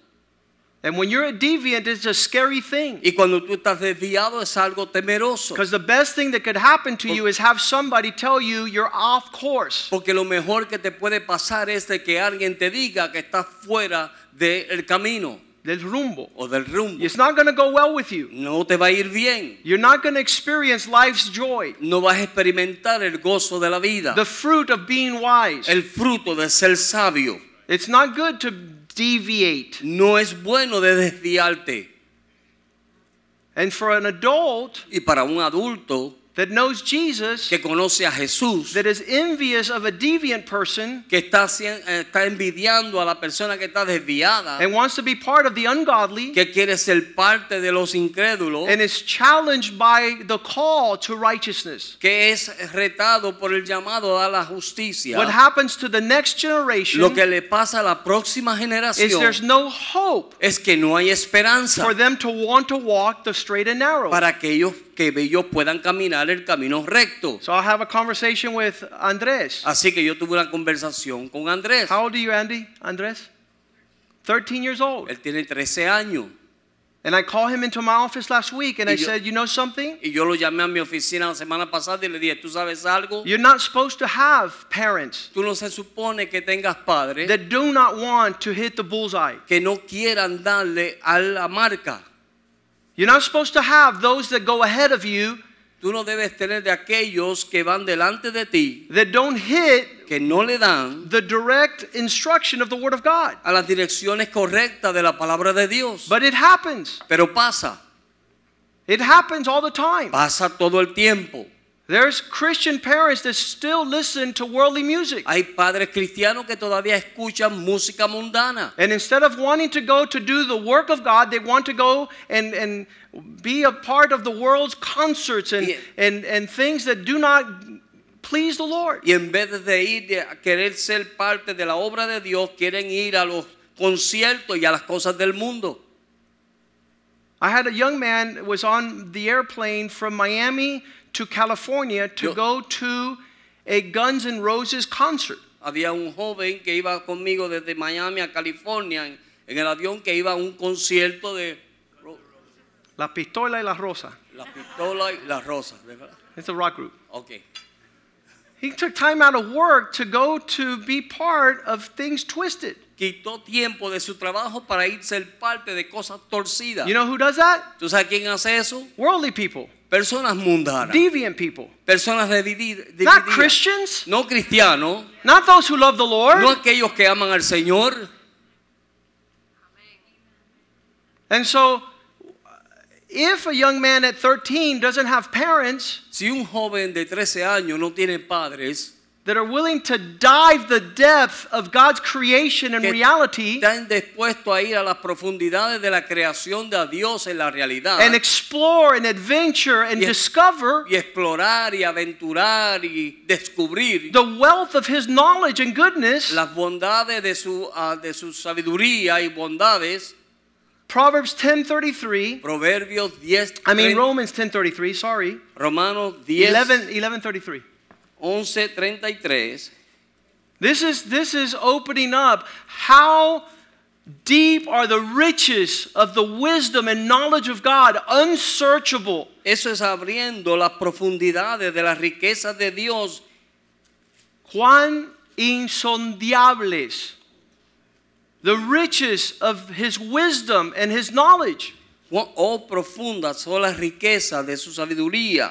And when you're a deviant, it's a scary thing. y cuando tú estás desviado es algo temeroso. Because the best thing that could happen to you is have somebody tell you you're off course. Porque lo mejor que te puede pasar es de que alguien te diga que estás fuera del camino Del rumbo. o del rumbo. It's not going to go well with you. No te va a ir bien. You're not going to experience life's joy, No vas a experimentar el gozo de la vida, the fruit of being wise. el fruto de ser sabio. It's not good to deviate. No es bueno de desviarte. And for an adult Y para un adulto that knows Jesus, que conoce a Jesús, that is envious of a deviant person que está, hacien- eh, está envidiando a la persona que está desviada, and wants to be part of the ungodly, que quiere ser parte de los incrédulos, and is challenged by the call to righteousness. que es retado por el llamado a la justicia. What happens to the next generation Lo que le pasa a la próxima is there's generación no hope es que no hay esperanza for them to want to walk the straight and narrow. para que ellos que ellos puedan caminar el camino recto. So I'll have a conversation with Andres. Así que yo tuve una conversación con Andrés. How old are you, Andy? Andres? 13 years old. Él tiene 13 años. And I called him into my office last week and Y I yo- said, You know something? Y yo lo llamé a mi oficina la semana pasada y le dije, ¿tú sabes algo? You're not supposed to have parents Tú no se supone que tengas padres that do not want to hit the bullseye. que no quieran darle a la marca. You're not supposed to have those that go ahead of you Tú no debes tener de aquellos que van delante de ti, that don't hit que no le dan the direct instruction of the Word of God. a las direcciones correctas de la palabra de Dios. But it happens. Pero pasa, It happens all the time. pasa todo el tiempo. There's Christian parents that still listen to worldly music. Hay padres cristianos que todavía escuchan música mundana. And instead of wanting to go to do the work of God, they want to go and, and be a part of the world's concerts and, Yeah. and, and things that do not please the Lord. Y en vez de ir de- a querer ser parte de la obra de Dios, quieren ir a los conciertos y a las cosas del mundo. I had a young man that was on the airplane from Miami to California to Yo- go to a Guns N' Roses concert. Había un joven que iba conmigo desde Miami a California en, en el avión que iba a un concierto de Ro- La Pistola y la Rosa. La Pistola y las Rosas, de verdad. It's a rock group. Ok. He took time out of work to go to be part of things twisted. Quitó tiempo de su trabajo para ir ser parte de cosas torcidas. You know who does that? ¿Tú sabes quién hace eso? Worldly people, Personas mundanas. deviant people. Personas dividi- divididas. Not Christians, No cristianos. not those who love the Lord. No aquellos que aman al Señor. And so, if a young man at 13 doesn't have parents Si un joven de 13 años no tiene padres, that are willing to dive the depth of God's creation and Que- reality están dispuestos a ir a las profundidades de la creación de Dios en la realidad and explore and adventure and Yes. discover y explorar y aventurar y descubrir the wealth of His knowledge and goodness. las bondades de su, ah, de su sabiduría y bondades. Proverbs 10:33. Proverbios 10, I mean 30, Romans 10:33, sorry. Romanos 10, 11 11:33. 11, 33. This is this is opening up how deep are the riches of the wisdom and knowledge of God, unsearchable. Eso es abriendo las profundidades de las riquezas de Dios Juan insondiables. The riches of his wisdom and his knowledge. Cuán- Oh, profundas son las riquezas de su sabiduría.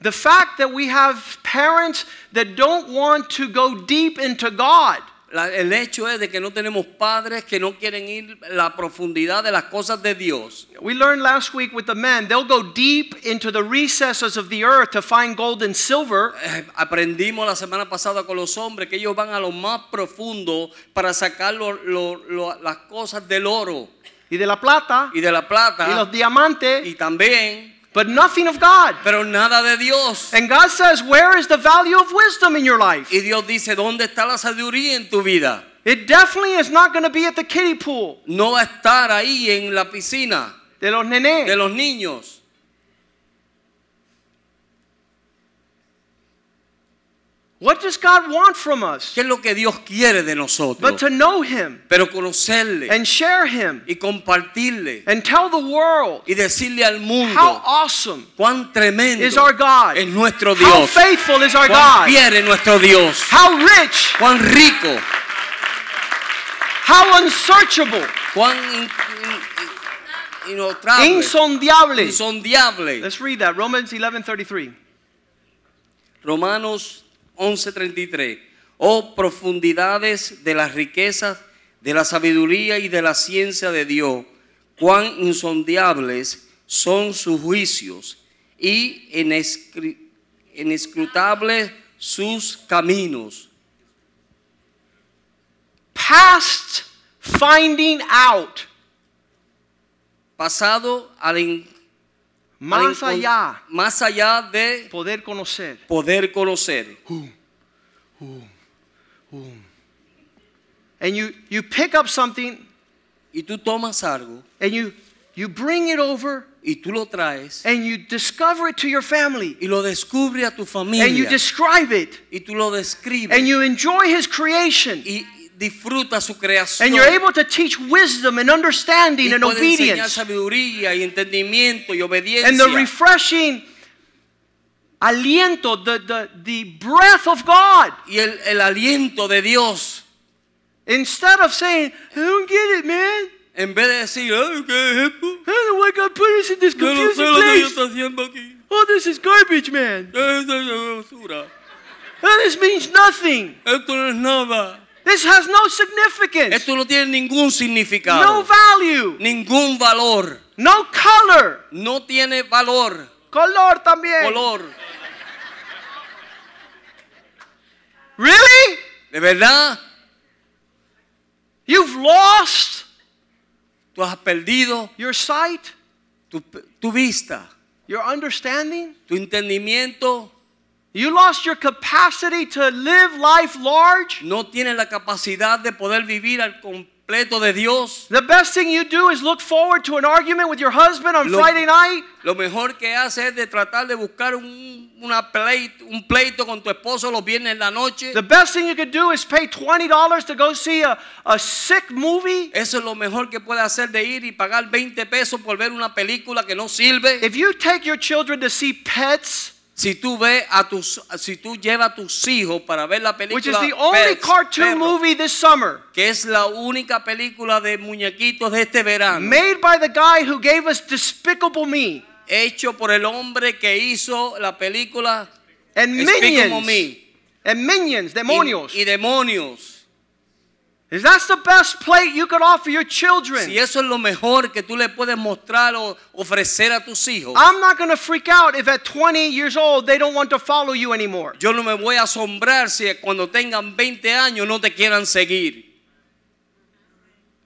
The fact that we have parents that don't want to go deep into God. La- el hecho es de que no tenemos padres que no quieren ir la profundidad de las cosas de Dios. We learned last week with the men, they'll go deep into the recesses of the earth to find gold and silver. Eh, Aprendimos la semana pasada con los hombres que ellos van a lo más profundo para sacar lo- lo- lo- las cosas del oro y de la plata y de y la los plata Uh, y diamantes, también, but nothing of God. pero nada de Dios. And God says, "Where is the value of wisdom in your life?" Y Dios dice, ¿dónde está la sabiduría en tu vida? It definitely is not going to be at the kiddie pool No va a estar ahí en la piscina de los nenes. de los niños. what does God want from us? ¿Qué es lo que Dios quiere de But nosotros? to know Him Pero conocerle. and share Him y compartirle and tell the world y decirle al how mundo awesome cuán tremendo is our God, es how nuestro Dios, faithful is our cuán God, fiel es nuestro Dios, how rich, cuán rico, how unsearchable. cuán in- in- in- inotable, insondiables. insondiable. Let's read that. Romans 11:33. Romanos 11:33. Oh profundidades de las riquezas, de la sabiduría y de la ciencia de Dios, cuán insondiables son sus juicios y inescri- inescrutables sus caminos. Past finding out. Pasado al, en- al Más encon- allá. más allá de Poder conocer. poder conocer. And you you pick up something Y tú tomas algo and you you bring it over y tú lo traes and you discover it to your family y lo descubre a tu and you familia describe it y tú lo describes and you enjoy his creation y disfruta su creación and you're able to teach wisdom and understanding y and puede enseñar obedience sabiduría y entendimiento y obediencia and the refreshing aliento, the, the, the breath of God. y el, el aliento de Dios Instead of saying, I don't get it, man. en vez de decir "Ay, ¿qué es esto? I don't know why God put us in this Yo no sé confusing lo que yo place. está haciendo aquí Oh, this is garbage, man. Esta es la basura. Oh, this means nothing. esto no es nada This has no significance, esto no tiene ningún no significado value, ningún valor no color. no tiene valor Color también. color Really? de verdad You've lost tú has perdido your sight, tu, tu vista your understanding. tu entendimiento You lost your capacity to live life large. no tienes la capacidad de poder vivir al completo de Dios The best thing you do is look forward to an argument with your husband on Lo- Friday night. Lo mejor que hace es de tratar de buscar un, una pleito, un pleito con tu esposo los viernes en la noche. The best thing you could do is pay $20 to go see a, a sick movie. Eso es lo mejor que puede hacer de ir y pagar 20 pesos por ver una película que no sirve. If you take your children to see pets, Si tú ves a tus, si tú llevas a tus hijos para ver la película, which is the only Pets, cartoon Perro, movie this summer, que es la única película de muñequitos de este verano, made by the guy who gave us Despicable Me hecho por el hombre que hizo la película and Despicable Minions. Me And Minions, Demonios. y, y demonios. Is that's the best plate you could offer your children. Si eso es lo mejor que tú le puedes mostrar o ofrecer a tus hijos, I'm not going to freak out if at 20 years old they don't want to follow you anymore. yo no me voy a asombrar si cuando tengan 20 años no te quieran seguir,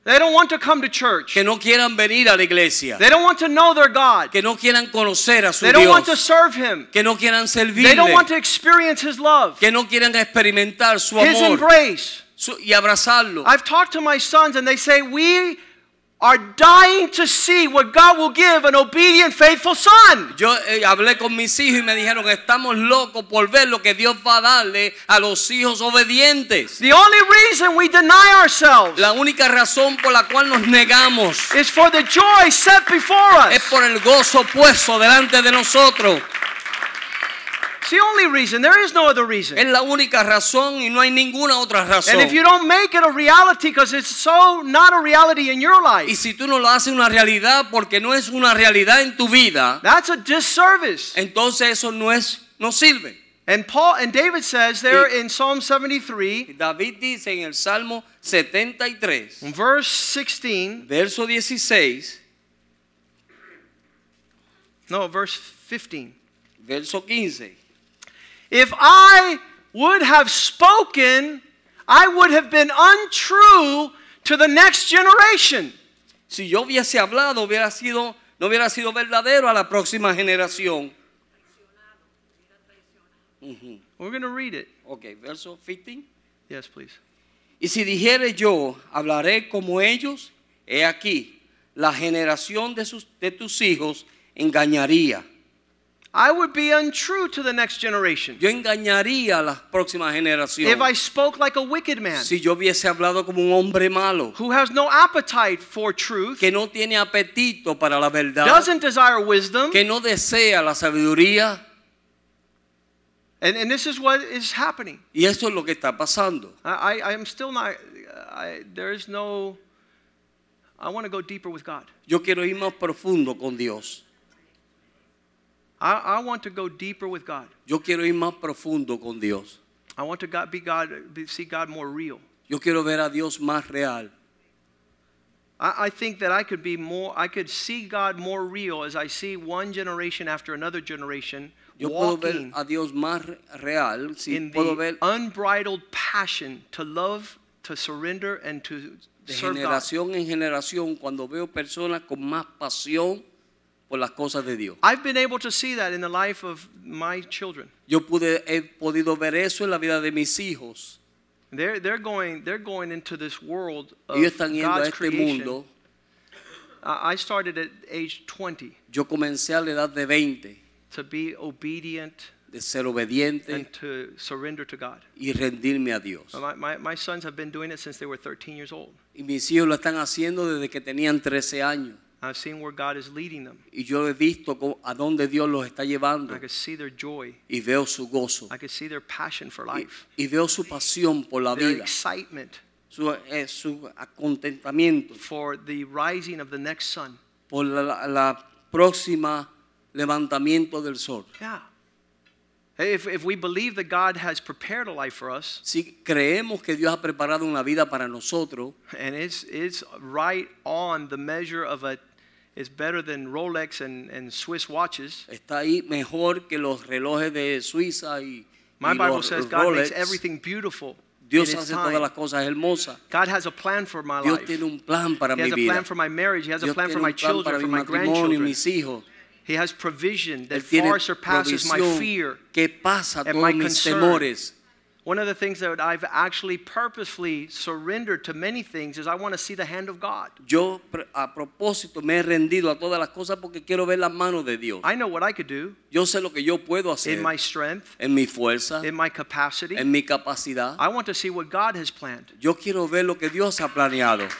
They don't want to come to church. que no quieran venir a la iglesia, They don't want to know their God. que no quieran conocer a su They don't want to Dios, serve Him. que no quieran They don't servirle, want to experience His love, que no quieran experimentar su His amor embrace. su- y abrazarlo. I've talked to my sons and they say, We are dying to see what God will give an obedient, faithful son. Yo eh, hablé con mis hijos y me dijeron, estamos locos por ver lo que Dios va a darle a los hijos obedientes. The only reason we deny ourselves La única razón por la cual nos negamos is for the joy set before es us. por el gozo puesto delante de nosotros. It's the only reason. There is no other reason. Es la única razón y no hay ninguna otra razón. And if you don't make it a reality because it's so not a reality in your y life, si tú no lo haces una realidad porque no es una realidad en tu vida, that's a disservice. entonces eso no es no sirve. And Paul and David says there in Psalm 73, David dice en el Salmo 73, verse 16, verso 16, no, verse 15. verso 15. If I would have spoken, I would have been untrue to the next generation. Si yo hubiese hablado, hubiera sido no hubiera sido verdadero a la próxima generación. We're going to read it. Ok, verso 15. Yes, please. Y si dijere yo, hablaré como ellos, he aquí, la generación de, sus, de tus hijos engañaría. I would be untrue to the next generation Yo engañaría a la próxima generación. if I spoke like a wicked man Si yo hubiese hablado como un hombre malo, who has no appetite for truth. que no tiene apetito para la verdad, doesn't desire wisdom. que no desea la sabiduría, And, and this is what is happening. y eso es lo que está pasando. I, I, I am still not, I, there is no, I want to go deeper with God. Yo quiero ir más profundo con Dios. I, I want to go deeper with God. Yo quiero ir más profundo con Dios. I want to God, be God, be, see God more real. Yo quiero ver a Dios más real. I, I think that I could be more, I could see God more real as I see one generation after another generation Yo puedo ver walking a Dios más re- real si in puedo the ver unbridled passion to love, to surrender, and to de serve God. generación en generación cuando veo personas con más pasión por las cosas de Dios. I've been able to see that in the life of my children. Yo pude, he podido ver eso en la vida de mis hijos. They're, they're, going, they're going into this world of Ellos están yendo a God's este creation mundo Uh, I started at age 20 Yo comencé a la edad de 20 to be obedient de ser obediente and to surrender to God. y rendirme a Dios. My, my, my sons have been doing it since they were 13 years old. Y mis hijos lo están haciendo desde que tenían 13 años. I've seen where God is leading them. Y yo he visto co- a dónde Dios los está llevando I could see their joy. y veo su gozo. I could see their passion for life, Y, y veo su pasión por la their vida, excitement su, eh, su contentamiento for the rising of the next sun. por la, la- la próxima levantamiento del sol. Yeah. Hey, If, if we believe that God has prepared a life for us, Si creemos que Dios ha preparado una vida para nosotros, and it's, it's right on the measure of a, it's better than Rolex and, and Swiss watches. está ahí mejor que los relojes de Suiza y, My y Bible los says God makes Rolex. everything beautiful. in Dios His hace todas time. las cosas hermosas. God has a plan for my Dios life. tiene un plan para He mi has a vida. plan for my marriage. He has a Dios plan tiene for un my plan children, para for mi my matrimonio y grandchildren. mis hijos. He has provision that Él tiene far surpasses my provisión fear. que pasa and todos my mis concern. temores. One of the things that I've actually purposefully surrendered to many things is I want to see the hand of God. Yo pr- a propósito me he rendido a todas las cosas porque quiero ver las manos de Dios. I know what I could do Yo sé lo que yo puedo hacer in my strength, en mi fuerza, in my capacity. en mi capacidad. I want to see what God has planned. Yo quiero ver lo que Dios ha planeado.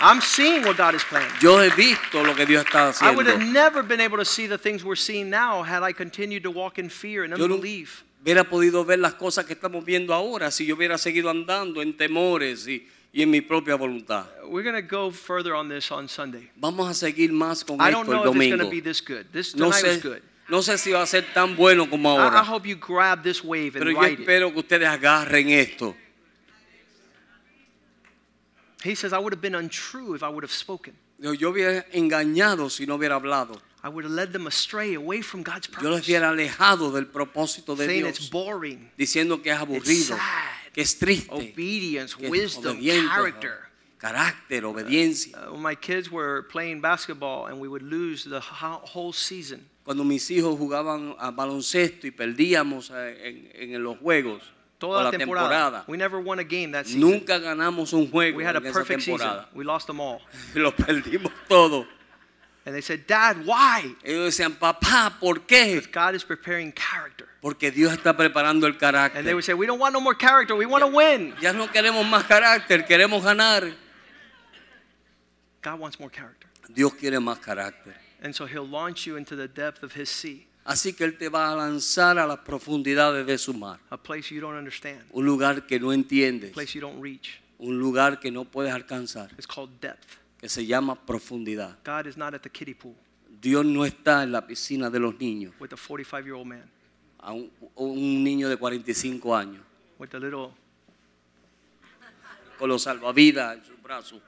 I'm seeing what God has planned. Yo he visto lo que Dios está I would haciendo. have never been able to see the things we're seeing now had I continued to walk in fear and Yo no- unbelief. Hubiera podido ver las cosas que estamos viendo ahora si yo hubiera seguido andando en temores y, y en mi propia voluntad. We're going to go further on this on Sunday. Vamos a seguir más con I esto don't know if el it's going to domingo. be this good. This No tonight was sé, good. no sé si va a ser tan bueno como I, I ahora, hope you grab this wave and pero yo ride it. espero que ustedes agarren esto. He says, I would have been untrue if I would have spoken. Yo, yo hubiera engañado si no hubiera hablado. I would have led them astray away from God's Yo los purpose. hubiera alejado del propósito de Saying it's Dios, boring. diciendo que es aburrido, sad. que es triste, Obedience, que es wisdom, obediente, character. carácter, obediencia. Uh, when my kids were playing basketball and we would lose the ho- whole season, Cuando mis hijos jugaban a baloncesto y perdíamos eh, en, en los juegos o toda la la temporada, temporada, we never won a game that season. nunca ganamos un juego we had a en esa perfect season. temporada. [laughs] We lost them all. Lo perdimos todo. And they said, Dad, why? Ellos decían, papá, ¿por qué? God is preparing character. Porque Dios está preparando el And they carácter. would say, We don't want no more character. We want to win. Ya no queremos más carácter, queremos ganar. God wants more character. Dios quiere más carácter. And so he'll launch you into the depth of his sea, Así que Él te va a lanzar a las profundidades de su mar. a place you don't understand, Un lugar que no a entiendes, place you don't reach. un lugar que no puedes alcanzar, It's called depth. que se llama profundidad. God is not at the kiddie pool Dios no está en la piscina de los niños, with the 45 year old man, a un, un niño de 45 años, with the little, con los salvavidas en sus brazos.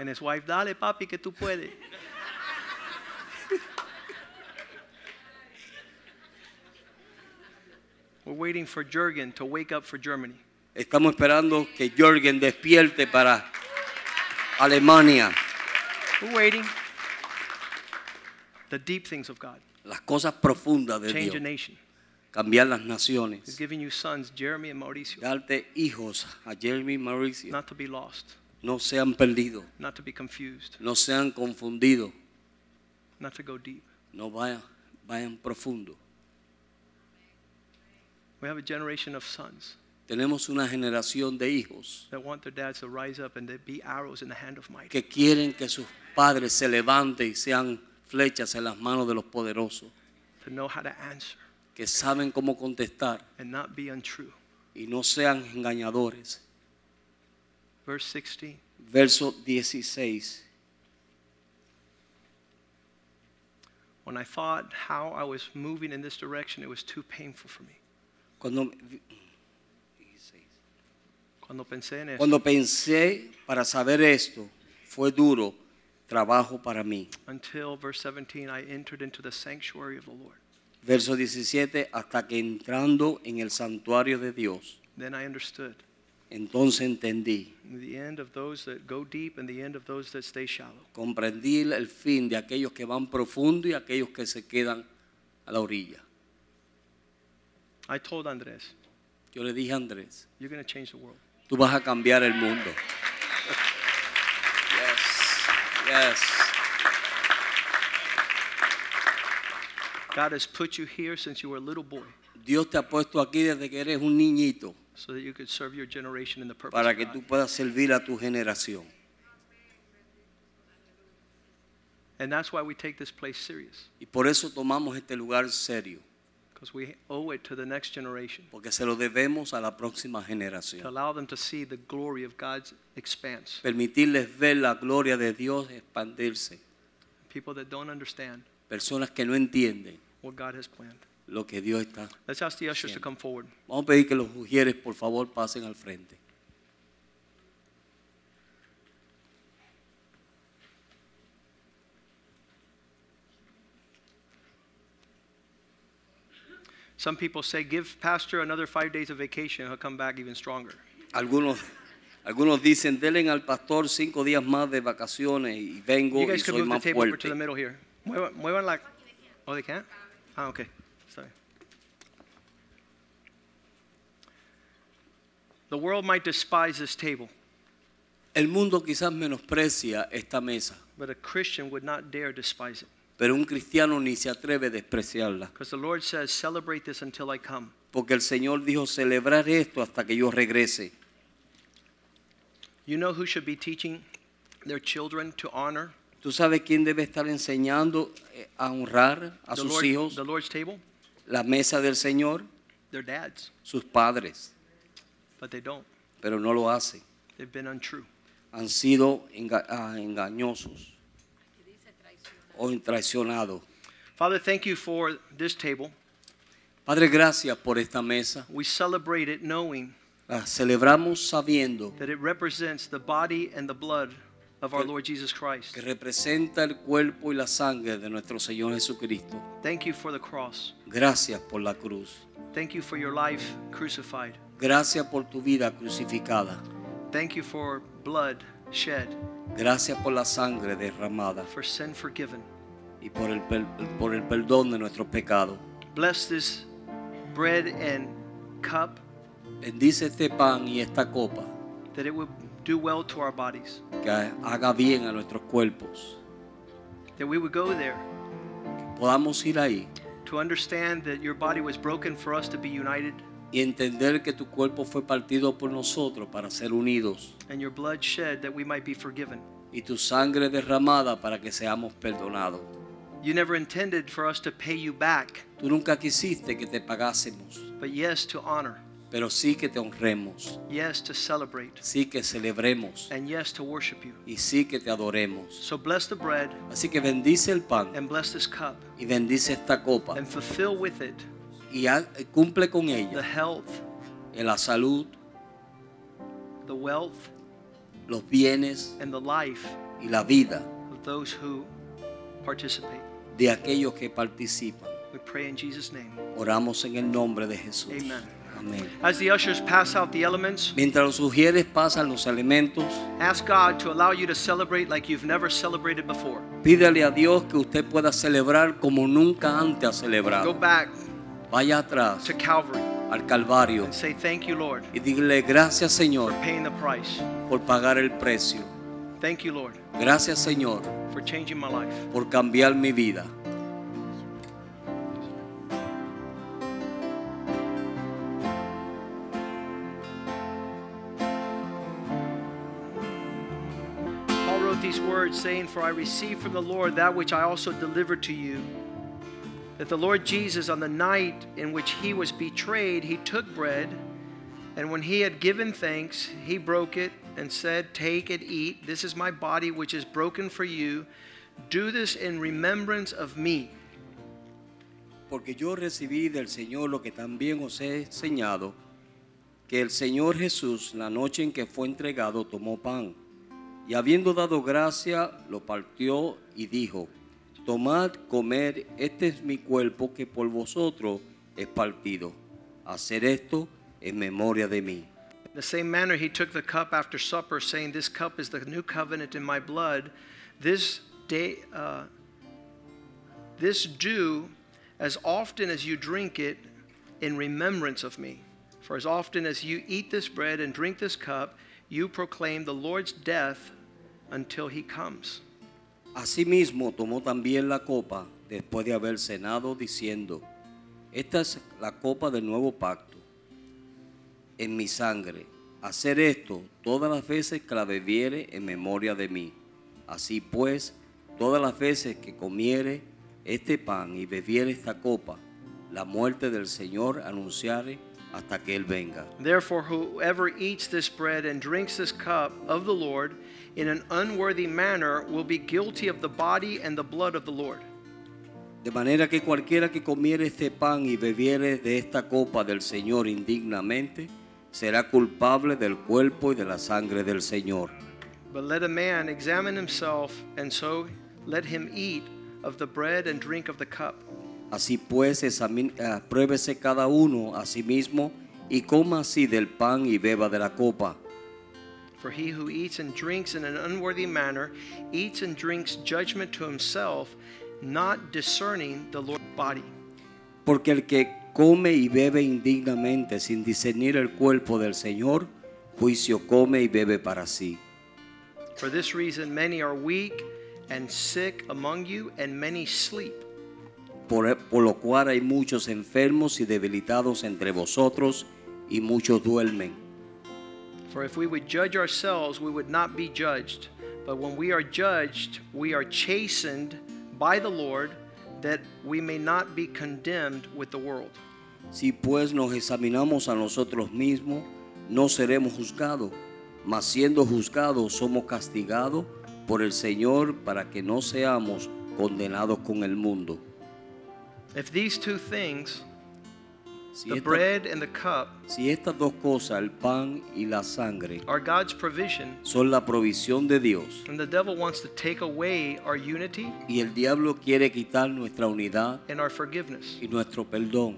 and his wife, Dale, papi, que tú puedes. [laughs] We're waiting for Jurgen to wake up for Germany. Estamos esperando que Jorgen despierte para Alemania. We're waiting. The deep things of God Las cosas profundas de change a Dios, nation. cambiar las He's naciones, giving you sons, Jeremy and Mauricio, darte hijos a Jeremy y Mauricio. not to be lost, No sean perdidos, not to be confused, no sean confundidos, not to go deep. no vayan, vayan profundo. We have a generation of sons Tenemos una generación de hijos that want their dads to rise up and to be arrows in the hand of might. que quieren que sus padres se levanten y sean flechas en las manos de los poderosos, to know how to answer que saben cómo contestar and not be untrue. y no sean engañadores. Verse 16. Verso 16. When I thought how I was moving in this direction, it was too painful for me. Cuando, Cuando pensé en eso, cuando pensé para saber esto, fue duro trabajo para mí. until verse 17, I entered into the sanctuary of the Lord. Verso 17, hasta que entrando en el santuario de Dios, Then I understood entonces entendí, the end of those that go deep and the end of those that stay shallow. comprendí el fin de aquellos que van profundo y aquellos que se quedan a la orilla. I told Andres, Yo le dije a Andrés, you're going to change the world. tú vas a cambiar el mundo. Yes. Yes. God has put you here since you were a little boy Dios te ha puesto aquí desde que eres un niñito so that you could serve your generation in the purpose para of que God. tú puedas servir a tu generación. And that's why we take this place serious Y por eso tomamos este lugar serio, because we owe it to the next generation porque se lo debemos a la próxima to generación. allow them to see the glory of God's expanse. Permitirles ver la gloria de Dios expandirse. People that don't understand Personas que no entienden what God has planned. lo que Dios está. Let's ask the ushers to Siempre. come forward. Vamos a pedir que los mujeres, por favor, pasen al frente. Some people say, give Pastor another five days of vacation, he'll come back even stronger. Algunos, algunos dicen, denle al pastor cinco días más de vacaciones y vengo You y guys could soy move the más table over to the fuerte. middle here. Muevan, muevan la- Oh, they can't? Ah, okay. Sorry. The world might despise this table, El mundo quizás menosprecia esta mesa, but a Christian would not dare despise it. pero un cristiano ni se atreve a despreciarla. Because the Lord says, celebrate this until I come. Porque el Señor dijo, celebrar esto hasta que yo regrese. You know who should be teaching their children to honor ¿Tú sabes quién debe estar enseñando eh, a honrar a the, sus Lord- hijos the Lord's table? la mesa del Señor? Their dads, Sus padres, but they don't. pero no lo hacen. They've been untrue. Han sido enga- ah, engañosos o traicionados. Father, thank you for this table. Padre, gracias por esta mesa. We celebrate it knowing La celebramos sabiendo that it represents the body and the blood of our Lord Jesus Christ. que representa el cuerpo y la sangre de nuestro Señor Jesucristo. Thank you for the cross. Gracias por la cruz. Thank you for your life crucified. Gracias por tu vida crucificada. Thank you for blood shed, Gracias por la sangre derramada for sin forgiven. y por el, per- por el perdón de nuestros pecados. Bless this bread and cup Bendice este pan y esta copa that it would do well to our bodies, que haga bien a nuestros cuerpos. that we would go there Podamos ir ahí to understand that your body was broken for us to be united y entender que tu cuerpo fue partido por nosotros para ser unidos and your blood shed that we might be forgiven. y tu sangre derramada para que seamos perdonados. You never intended for us to pay you back, Tú nunca quisiste que te pagásemos, but yes, to honor, pero sí que te honremos, yes, to celebrate, sí que celebremos and yes, to worship you. y sí que te adoremos. So bless the bread Así que bendice el pan and bless this cup y bendice esta copa and fulfill with it y ha- cumple con the ella health, en la salud, the wealth, los bienes and the life y la vida of those who participate. de aquellos que participan. We pray in Jesus' name. Oramos en el nombre de Jesús. Amen. Amén. As the ushers pass out the elements, Mientras los sugieres pasan los elementos, ask God to allow you to celebrate like you've never celebrated before. pídale a Dios que usted pueda celebrar como nunca antes ha Go celebrado. back Vaya atrás to Calvary al Calvario and say, Thank you, Lord, y dile gracias Señor for paying the price. por pagar el precio. Thank you, Lord, Gracias Señor for changing my life. por cambiar mi vida. Paul wrote these words, saying, For I received from the Lord that which I also delivered to you. That the Lord Jesus, on the night in which he was betrayed, he took bread, and when he had given thanks, he broke it and said, Take and eat. This is my body, which is broken for you. Do this in remembrance of me. Porque yo recibí del Señor lo que también os he enseñado, que el Señor Jesús, la noche en que fue entregado, tomó pan, y habiendo dado gracia, lo partió y dijo, tomad, comed, este es mi cuerpo que por vosotros es partido. Hacer esto en memoria de mí. In the same manner, he took the cup after supper, saying, This cup is the new covenant in my blood. This day, uh, this do as often as you drink it in remembrance of me. For as often as you eat this bread and drink this cup, you proclaim the Lord's death until he comes. Asimismo tomó también la copa después de haber cenado diciendo, esta es la copa del nuevo pacto en mi sangre. Hacer esto todas las veces que la bebiere en memoria de mí. Así pues, todas las veces que comiere este pan y bebiere esta copa, la muerte del Señor anunciare hasta que Él venga. Therefore, whoever eats this bread and drinks this cup of the Lord in an unworthy manner will be guilty of the body and the blood of the Lord. De manera que cualquiera que comiere este pan y bebiere de esta copa del Señor indignamente, será culpable del cuerpo y de la sangre del Señor. But let a man examine himself, and so let him eat of the bread and drink of the cup. Así pues, examin- eh, pruébese cada uno a sí mismo y coma así del pan y beba de la copa, For he who eats and drinks in an unworthy manner eats and drinks judgment to himself, not discerning the Lord's body. porque el que come y bebe indignamente sin discernir el cuerpo del Señor, juicio come y bebe para sí. For this reason, many are weak and sick among you, and many sleep. Por, por lo cual hay muchos enfermos y debilitados entre vosotros y muchos duermen. For if we would judge ourselves, we would not be judged. But when we are judged, we are chastened by the Lord, that we may not be condemned with the world. Si pues nos examinamos a nosotros mismos, no seremos juzgados, mas siendo juzgados somos castigados por el Señor para que no seamos condenados con el mundo. If these two things, Si, the esta- bread and the cup, si estas dos cosas, el pan y la sangre, are God's provision, son la provisión de Dios, and the devil wants to take away our unity y el diablo quiere quitar nuestra unidad and our forgiveness. y nuestro perdón,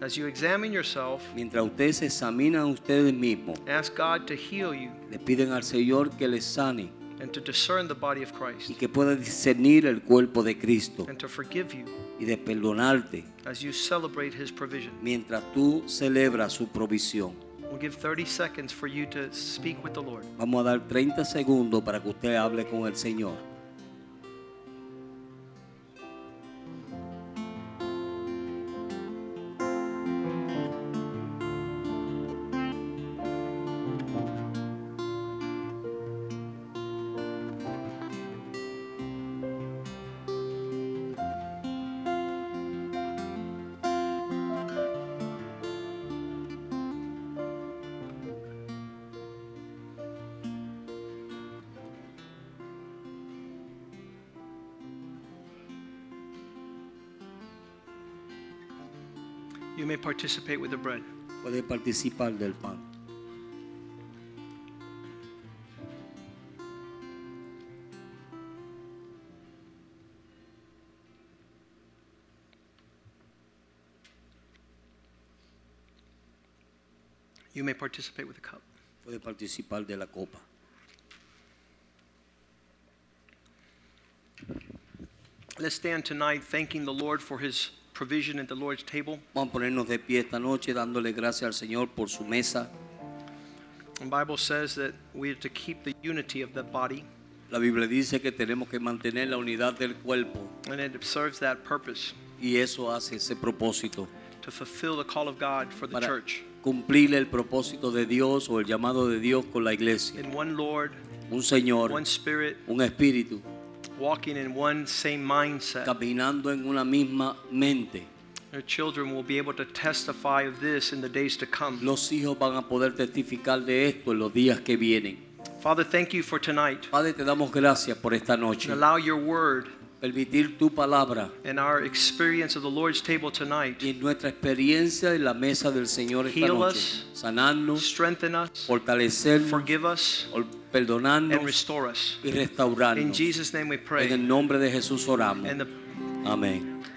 As you examine yourself, mientras ustedes se examinan a ustedes mismos, ask God to heal you le piden al Señor que les sane and to discern the body of Christ y que pueda discernir el cuerpo de Cristo and to forgive you y de perdonarte as you celebrate his provision. mientras tú celebras su provisión. We'll give 30 seconds for you to speak with the Lord. Vamos a dar 30 segundos para que usted hable con el Señor. You may participate with the bread. Puede participar del pan. You may participate with the cup. Puede participar de la copa. Let's stand tonight thanking the Lord for his provision at the Lord's table. Vamos a ponernos de pie esta noche dándole gracias al Señor por su mesa. The Bible says that we are to keep the unity of the body, La Biblia dice que tenemos que mantener la unidad del cuerpo and it serves that purpose y eso hace ese propósito to fulfill the call of God for the para church. cumplir el propósito de Dios o el llamado de Dios con la iglesia. In one Lord, Un Señor, one Spirit, un espíritu, walking in one same mindset. caminando en una misma mente. Our children will be able to testify of this in the days to come. Los hijos van a poder testificar de esto en los días que vienen. Father, thank you for tonight. Padre, te damos gracias por esta noche. Allow your word Permitir tu palabra and our experience of the Lord's table tonight y en nuestra experiencia en la mesa del Señor esta Heal noche. us. Sanarnos, strengthen us, fortalecernos, forgive us, ol- and perdonarnos restore us. y In restaurarnos. Jesus' name we En pray. el nombre de Jesús oramos. And the Amén.